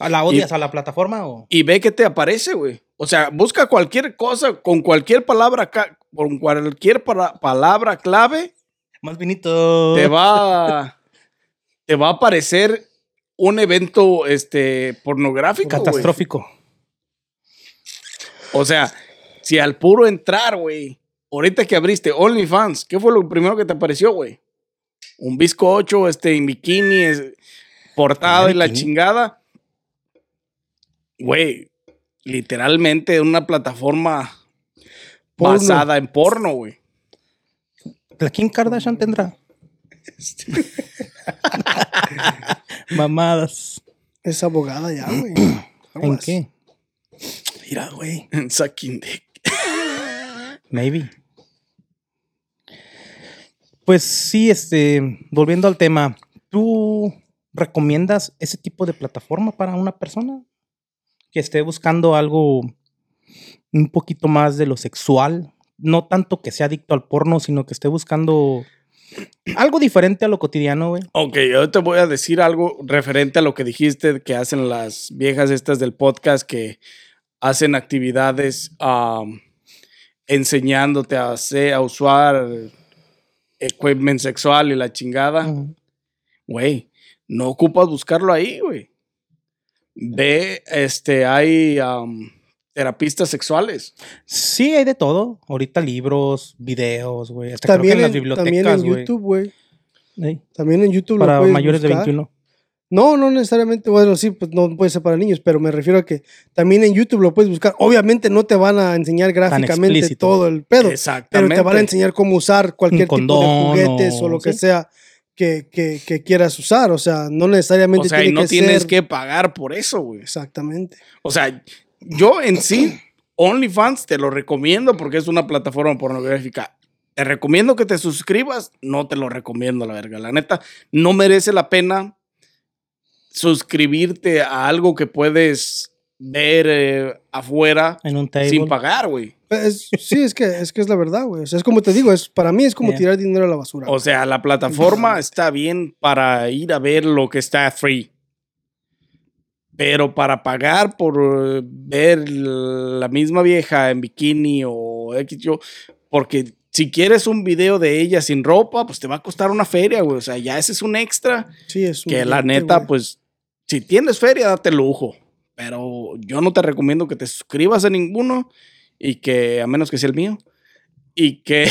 S2: ¿A la odias a la plataforma o?
S3: y ve que te aparece, güey. O sea, busca cualquier cosa con cualquier palabra, ca- con cualquier para- palabra clave,
S2: Más vinito.
S3: te va a, te va a aparecer un evento este pornográfico, güey.
S2: Catastrófico.
S3: O sea, si al puro entrar, güey, ahorita que abriste OnlyFans, ¿qué fue lo primero que te apareció, güey? Un bizcocho, este, en bikini, es- portada
S2: Ah,
S3: y la
S2: bikini.
S3: chingada. Güey, literalmente una plataforma
S1: Porno.
S3: basada en porno, güey.
S2: ¿La Kim Kardashian tendrá? Mamadas.
S1: Es abogada ya, güey.
S2: ¿En
S1: Aguas.
S2: qué? Mira, güey.
S3: En Sucking Dick.
S2: Maybe. Pues sí, este, volviendo al tema, ¿tú recomiendas ese tipo de plataforma para una persona que esté buscando algo un poquito más de lo sexual? No tanto que sea adicto al porno, sino que esté buscando algo diferente a lo cotidiano, güey.
S3: Ok, yo te voy a decir algo referente a lo que dijiste que hacen las viejas estas del podcast que hacen actividades um, enseñándote a, hacer, a usar equipment sexual y la
S1: Ah. Mm.
S3: chingada.
S2: Ujú.
S3: Güey, no ocupas buscarlo ahí, güey. Ve, este, hay um, terapistas sexuales.
S2: Sí, hay de todo. Ahorita libros, videos, güey. Hasta creo que
S1: También
S2: en las
S1: en, también
S2: bibliotecas,
S1: en
S2: güey.
S1: YouTube, güey.
S2: Ey,
S1: También en YouTube lo
S2: Para
S1: puedes
S2: mayores de
S1: buscar.
S2: 21.
S1: No, no necesariamente. Bueno, sí, pues no puede ser para niños, pero me refiero a que también en YouTube lo puedes buscar. Obviamente no te van a enseñar gráficamente
S2: explícito.
S1: todo el pedo, pero
S3: Exactamente.
S1: te van a enseñar cómo usar cualquier
S2: condón
S1: tipo de juguetes o,
S2: o-
S1: lo que
S2: sí.
S1: sea que, que- que quieras usar. O sea, no
S3: o
S1: necesariamente
S3: sea, y
S1: tiene
S3: no
S1: que
S3: tienes
S1: ser-
S3: que pagar por eso, güey.
S1: Exactamente.
S3: O sea, yo en sí, OnlyFans te lo recomiendo porque es una plataforma pornográfica. Te recomiendo que te suscribas, no te lo recomiendo, la verga. La neta, no merece la pena suscribirte a algo que puedes ver eh, afuera
S2: En un table.
S3: sin pagar, güey.
S1: Pues Es- sí, es que, es que es la verdad, güey. O sea, es como te digo, es, para mí es como
S2: Yeah.
S1: tirar dinero a la basura.
S3: O sea, la plataforma está bien para ir a ver lo que está free. Pero para pagar por eh, ver la misma vieja en bikini o X, yo, porque si quieres un video de ella sin ropa, pues te va a costar una feria, güey. O sea, ya ese es un extra
S1: sí, es un
S3: que la
S1: billete,
S3: neta,
S1: güey.
S3: pues, si tienes feria, date lujo. Pero yo no te recomiendo que te suscribas a ninguno y que, a menos que sea el mío, y que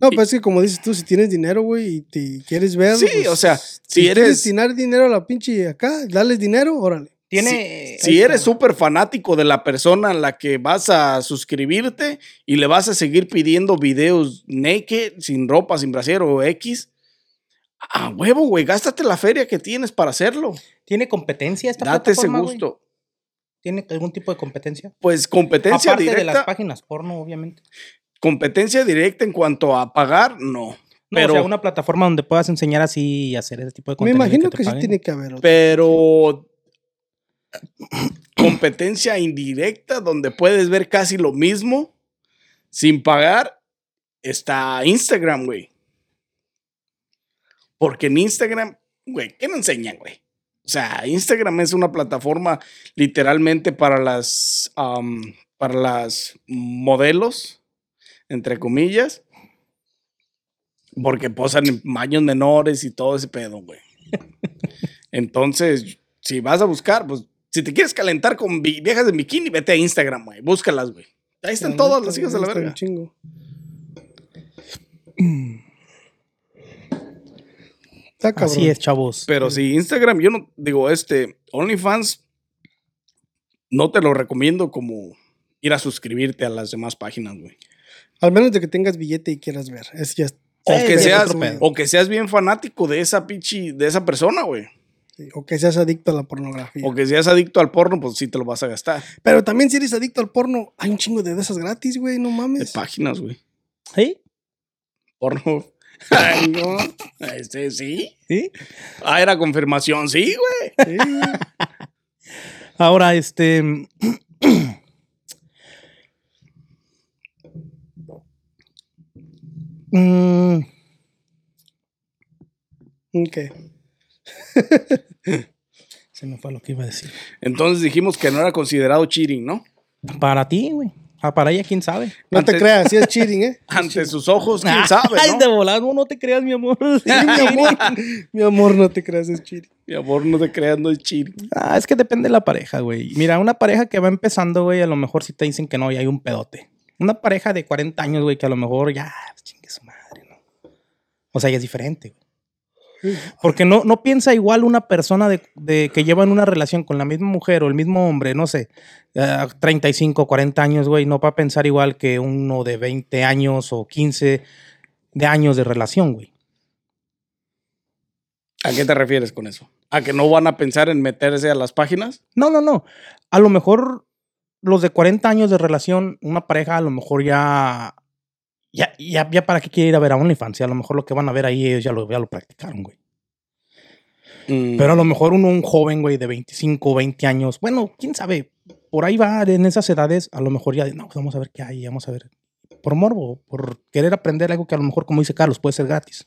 S1: No, pero es que como dices tú, si tienes dinero, güey, y te quieres ver.
S3: Sí,
S1: pues,
S3: o sea, si
S1: quieres
S3: eres-
S1: destinar dinero a la pinche acá, darles dinero, órale.
S2: Tiene.
S3: Si eres súper fanático de la persona a la que vas a suscribirte y le vas a seguir pidiendo videos naked, sin ropa, sin brasero o X, a huevo, güey, gástate la feria que tienes para hacerlo.
S2: ¿Tiene competencia esta
S3: Date ese
S2: plataforma, güey?
S3: gusto.
S2: ¿Tiene algún tipo de competencia?
S3: Pues competencia
S2: Aparte de las
S3: directa.
S2: páginas porno, obviamente.
S3: Competencia directa en cuanto a pagar, no.
S2: No,
S3: Pero-
S2: o sea, una plataforma donde puedas enseñar así y hacer ese tipo de
S1: Me
S2: contenido.
S1: imagino
S2: te
S1: que, sí
S2: paguen.
S1: tiene que haber otro.
S3: Pero competencia indirecta donde puedes ver casi lo mismo sin pagar está Instagram, güey. Porque en Instagram, güey, ¿qué me enseñan, güey? O sea, Instagram es una plataforma literalmente para las am, para las modelos, entre comillas, porque posan en baños menores y todo ese pedo, güey. Entonces, si vas a buscar, pues, si te quieres calentar con vi- viejas de bikini, vete a Instagram, güey. Búscalas, güey. Ahí están todas las hijas de la
S1: Está un
S3: verga.
S1: chingo. Está cabrón.
S2: Así es, chavos.
S3: Pero si Instagram, yo no digo, este, OnlyFans, no te lo recomiendo como ir a suscribirte a las demás páginas, güey.
S1: Al menos de que tengas billete y quieras ver. Es ya.
S3: O,
S2: Sí,
S3: que
S2: es
S3: seas,
S2: otro pedo.
S3: o que seas bien fanático de esa pichi, de esa persona, güey.
S1: O que seas adicto a la pornografía.
S3: O que seas adicto al porno, pues sí te lo vas a gastar.
S1: Pero también si eres adicto al porno, hay un chingo de esas gratis, güey, no
S3: De
S1: mames.
S3: páginas, güey.
S2: ¿Sí?
S3: Porno. Ay, no. Este, sí.
S2: ¿Sí?
S3: Ah, era confirmación, sí, güey.
S1: Sí, güey.
S2: Ahora, este. Mm,
S1: Ok.
S2: se me fue lo que iba a decir.
S3: Entonces dijimos que no era considerado cheating, ¿no?
S2: Para ti, güey. Ah, para ella, quién sabe.
S1: No te
S3: Antes-
S1: creas, sí es cheating, ¿eh?
S3: Ante sus ojos, quién sabe,
S2: Ah, Ay, de
S3: ¿no?
S2: volar, no, no te creas, mi amor.
S1: Sí, mi amor. mi amor, no te creas, es cheating.
S3: Mi amor, no te creas, no es cheating.
S2: Ah, es que depende de la pareja, güey. Mira, una pareja que va empezando, güey, a lo mejor si te dicen que no y hay un pedote. Una pareja de 40 años, güey, que a lo mejor ya, chingue su madre, ¿no? O sea, ya es diferente, güey. Porque no, no piensa igual una persona de, de que lleva en una relación con la misma mujer o el mismo hombre, no sé, ah, 35, 40 años, güey, no va a pensar igual que uno de 20 años o 15 de años de relación, güey.
S3: ¿A qué te refieres con eso? ¿A que no van a pensar en meterse a las páginas?
S2: No, no, no. A lo mejor los de 40 años de relación, una pareja, a lo mejor ya. Ya, ya, ya para qué quiere ir a ver a OnlyFans. Y a lo mejor lo que van a ver ahí ellos ya lo, ya lo practicaron, güey.
S3: Mm,
S2: Pero a lo mejor uno, un joven, güey, de 25, 20 años. Bueno, quién sabe. Por ahí va, en esas edades, a lo mejor ya. No, pues vamos a ver qué hay, vamos a ver. Por morbo, por querer aprender algo que a lo mejor, como dice Carlos, puede ser gratis.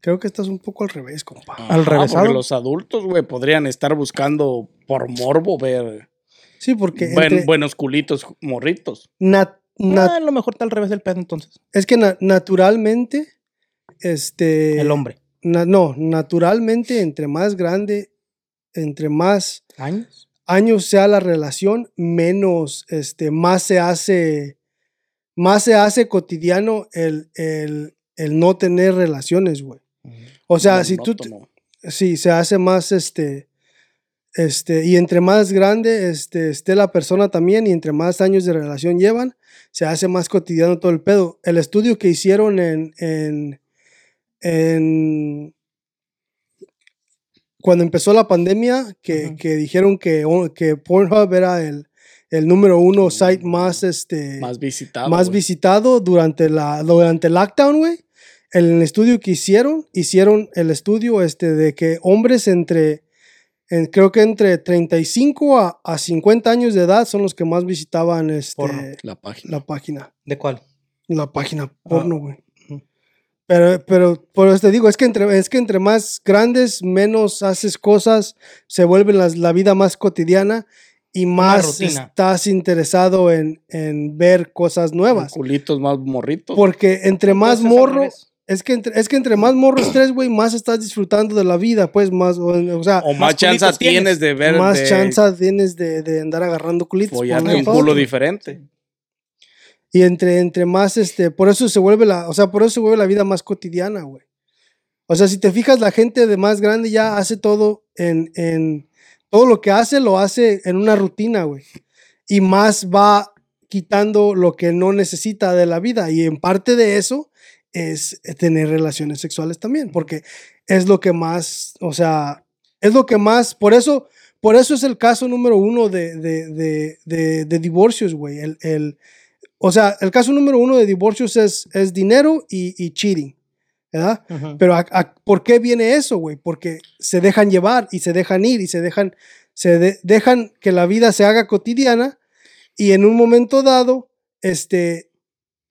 S1: Creo que estás un poco al revés, compa.
S2: al
S3: ajá,
S2: regresado.
S3: ah, Porque los adultos, güey, podrían estar buscando por morbo ver
S1: Sí, porque
S3: buen-
S1: entre
S3: buenos culitos morritos.
S1: nat- nat-
S2: Ah, a lo mejor está al revés del pedo, entonces.
S1: es que na- naturalmente, este,
S2: El hombre.
S1: na- no, naturalmente entre más grande, entre más
S2: ¿Años?
S1: años sea la relación, menos, este, más se hace, más se hace cotidiano el, el, el no tener relaciones, güey. O sea, si tú, te-
S3: Monótono.
S1: sí, se hace más, este, este, y entre más grande este, esté la persona también y entre más años de relación llevan, se hace más cotidiano todo el pedo. El estudio que hicieron en, en, en- cuando empezó la pandemia, que,
S2: Ujú.
S1: que dijeron que, que Pornhub era el, el número uno site más, este,
S3: eh, Más visitado.
S1: más
S3: güey.
S1: visitado durante la durante el lockdown, güey. El estudio que hicieron, hicieron el estudio este de que hombres entre en- creo que entre 35 a, a 50 años de edad son los que más visitaban este
S2: Porno.
S3: Eh,
S2: Ah.
S3: la página.
S1: la página,
S2: ¿De cuál?
S1: la página porno, güey.
S2: Ujú.
S1: Pero, pero, por eso te digo, es que entre, es que entre más grandes, menos haces cosas, se vuelve las- la vida más cotidiana y más
S2: rutina.
S1: estás interesado en, en ver cosas
S3: Con
S1: nuevas.
S3: Culitos más morritos.
S1: Porque entre más
S2: Entonces, al
S1: morro,
S2: revés.
S1: es que entre, es que entre más morro estés, güey, más estás disfrutando de la vida, pues más, o, o sea,
S3: o más,
S2: más
S3: chance
S2: culitos
S3: tienes,
S2: tienes.
S3: de ver.
S1: más
S3: de
S1: chance tienes de, de andar agarrando culitos. pues, por
S3: follarte
S1: una
S3: un
S1: parte.
S3: culo diferente.
S1: y entre, entre más, este, por eso se vuelve la, o sea, por eso se vuelve la vida más cotidiana, güey. O sea, si te fijas, la gente de más grande ya hace todo en, en todo lo que hace, lo hace en una rutina, güey. Y más va quitando lo que no necesita de la vida. Y en parte de eso es eh, tener relaciones sexuales también, porque es lo que más, o sea, es lo que más, por eso, por eso es el caso número uno de, de, de, de, de divorcios, güey. El, el- o sea, el caso número uno de divorcios es, es dinero y, y cheating, ¿verdad?
S2: Ujú.
S1: Pero a- a- ¿por qué viene eso, güey? Porque se dejan llevar y se dejan ir y se dejan, se de- dejan que la vida se haga cotidiana y en un momento dado, este,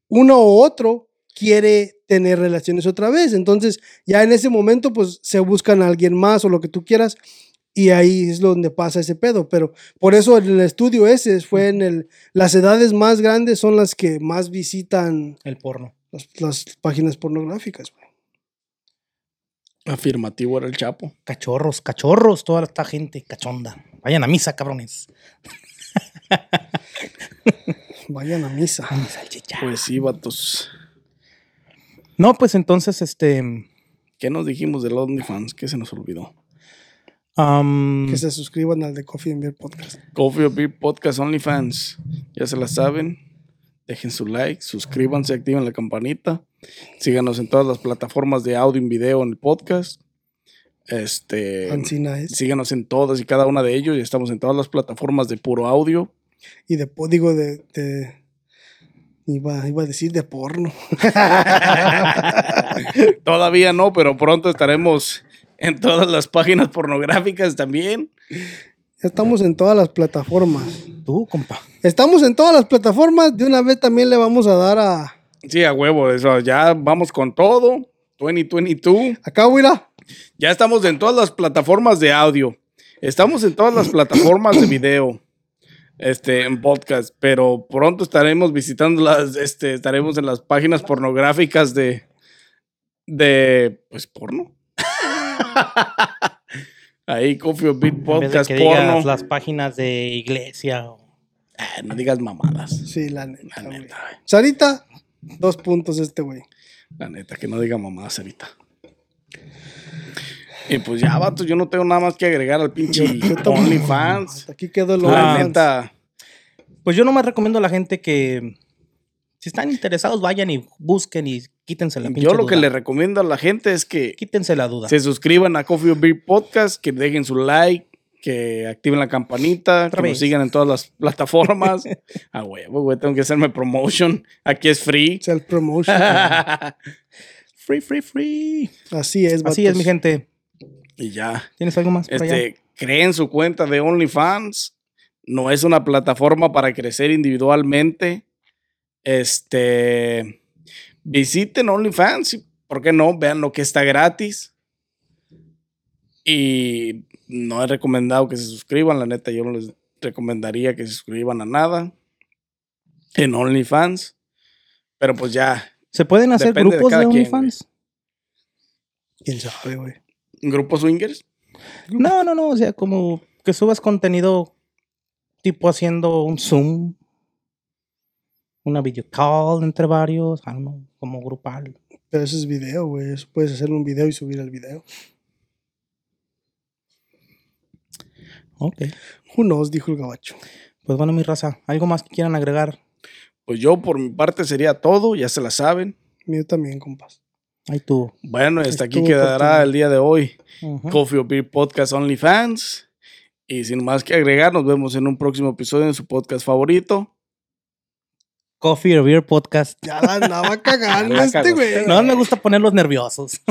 S1: uno u otro quiere tener relaciones otra vez. Entonces, ya en ese momento, pues se buscan a alguien más o lo que tú quieras Y ahí es donde pasa ese pedo. Pero por eso en el estudio ese fue en el. Las edades más grandes son las que más visitan
S2: El porno.
S1: las, las páginas pornográficas, güey.
S3: Afirmativo era el Chapo.
S2: Cachorros, cachorros, toda esta gente cachonda. Vayan a misa, cabrones.
S1: Vayan a misa.
S2: Dame salchicha.
S3: Pues sí, vatos.
S2: No, pues entonces, este.
S3: ¿Qué nos dijimos del OnlyFans? ¿Qué se nos olvidó?
S2: am,
S1: Que se suscriban al de Coffee and Beer Podcast.
S3: Coffee or Beer Podcast OnlyFans. Ya se la saben. Dejen su like, suscríbanse, activen la campanita. Síganos en todas las plataformas de audio y video en el podcast. Este.
S1: Ancina es.
S3: Síganos en todas y cada una de ellos. Estamos en todas las plataformas de puro audio.
S1: Y de po- digo de. de- iba, iba a decir de porno.
S3: Todavía no, pero pronto estaremos en todas las páginas pornográficas también.
S1: Estamos en todas las plataformas.
S2: Tú, compa.
S1: Estamos en todas las plataformas. De una vez también le vamos a dar a.
S3: Sí, a huevo, eso. Ya vamos con todo. 2022.
S1: Acá, Wira.
S3: Ya estamos en todas las plataformas de audio. Estamos en todas las plataformas de video. Este, en podcast, pero pronto estaremos visitando las, este, estaremos en las páginas pornográficas de, de, pues, porno. Ahí, Coffee or Beat
S2: En vez de
S3: Podcast,
S2: que digas
S3: porno.
S2: las páginas de iglesia. o-
S3: Ah, no digas mamadas.
S1: Sí, la neta.
S3: La
S1: güey.
S3: neta, güey.
S1: Sarita, dos puntos este güey.
S3: La neta, que no diga mamadas ahorita. Y pues ya, vatos, yo no tengo nada más que agregar al pinche
S1: tampoco.
S3: OnlyFans.
S1: Hasta aquí quedó
S2: Ah,
S1: el
S3: La
S1: OnlyFans.
S3: neta,
S2: Pues yo nomás recomiendo a la gente que. Si están interesados, vayan y busquen y quítense la pinche
S3: yo lo que
S2: duda.
S3: le recomiendo a la gente es que
S2: Quítense la duda.
S3: se suscriban a Coffee or Beer Podcast, que dejen su like, que activen la campanita,
S2: Otra
S3: que nos
S2: vez.
S3: sigan en todas las plataformas. ah, huevo, güey, tengo que hacerme promotion. Aquí es free.
S1: Self-promotion. güey.
S2: Free, free, free.
S1: Así es,
S2: Así
S1: vatos.
S2: es, mi gente.
S3: y ya.
S2: ¿Tienes algo más por allá?
S3: este, creen su cuenta de OnlyFans. No es una plataforma para crecer individualmente. Este, visiten OnlyFans. y, ¿Por qué no? Vean lo que está gratis. Y no he recomendado que se suscriban. La neta, yo no les recomendaría que se suscriban a nada en OnlyFans. Pero pues ya,
S2: ¿Se pueden hacer
S3: depende de
S2: grupos de,
S3: cada quien, güey.
S2: OnlyFans?
S1: ¿Quién sabe, güey?
S3: grupo swingers.
S2: No, no, no. O sea, como que subas contenido tipo haciendo un Zoom, una video call entre varios, I don't know, como grupal.
S1: Pero eso es video, güey. Eso puedes hacer un video y subir el video.
S2: Ok.
S1: Who knows, dijo el gabacho.
S2: Pues bueno, mi raza, ¿algo más que quieran agregar?
S3: Pues yo por mi parte sería todo. Ya se la saben.
S1: Mío también, compas.
S2: Ahí tú.
S3: Bueno, y hasta aquí
S1: Estuvo oportuno.
S3: quedará el día de hoy.
S2: Ujú.
S3: Coffee or Beer Podcast OnlyFans. Y sin más que agregar, nos vemos en un próximo episodio en su podcast favorito.
S2: Coffee or Beer Podcast.
S1: Ya la andaba cagando
S3: La
S1: este
S3: cagó.
S1: güey.
S2: No me gusta ponerlos nerviosos.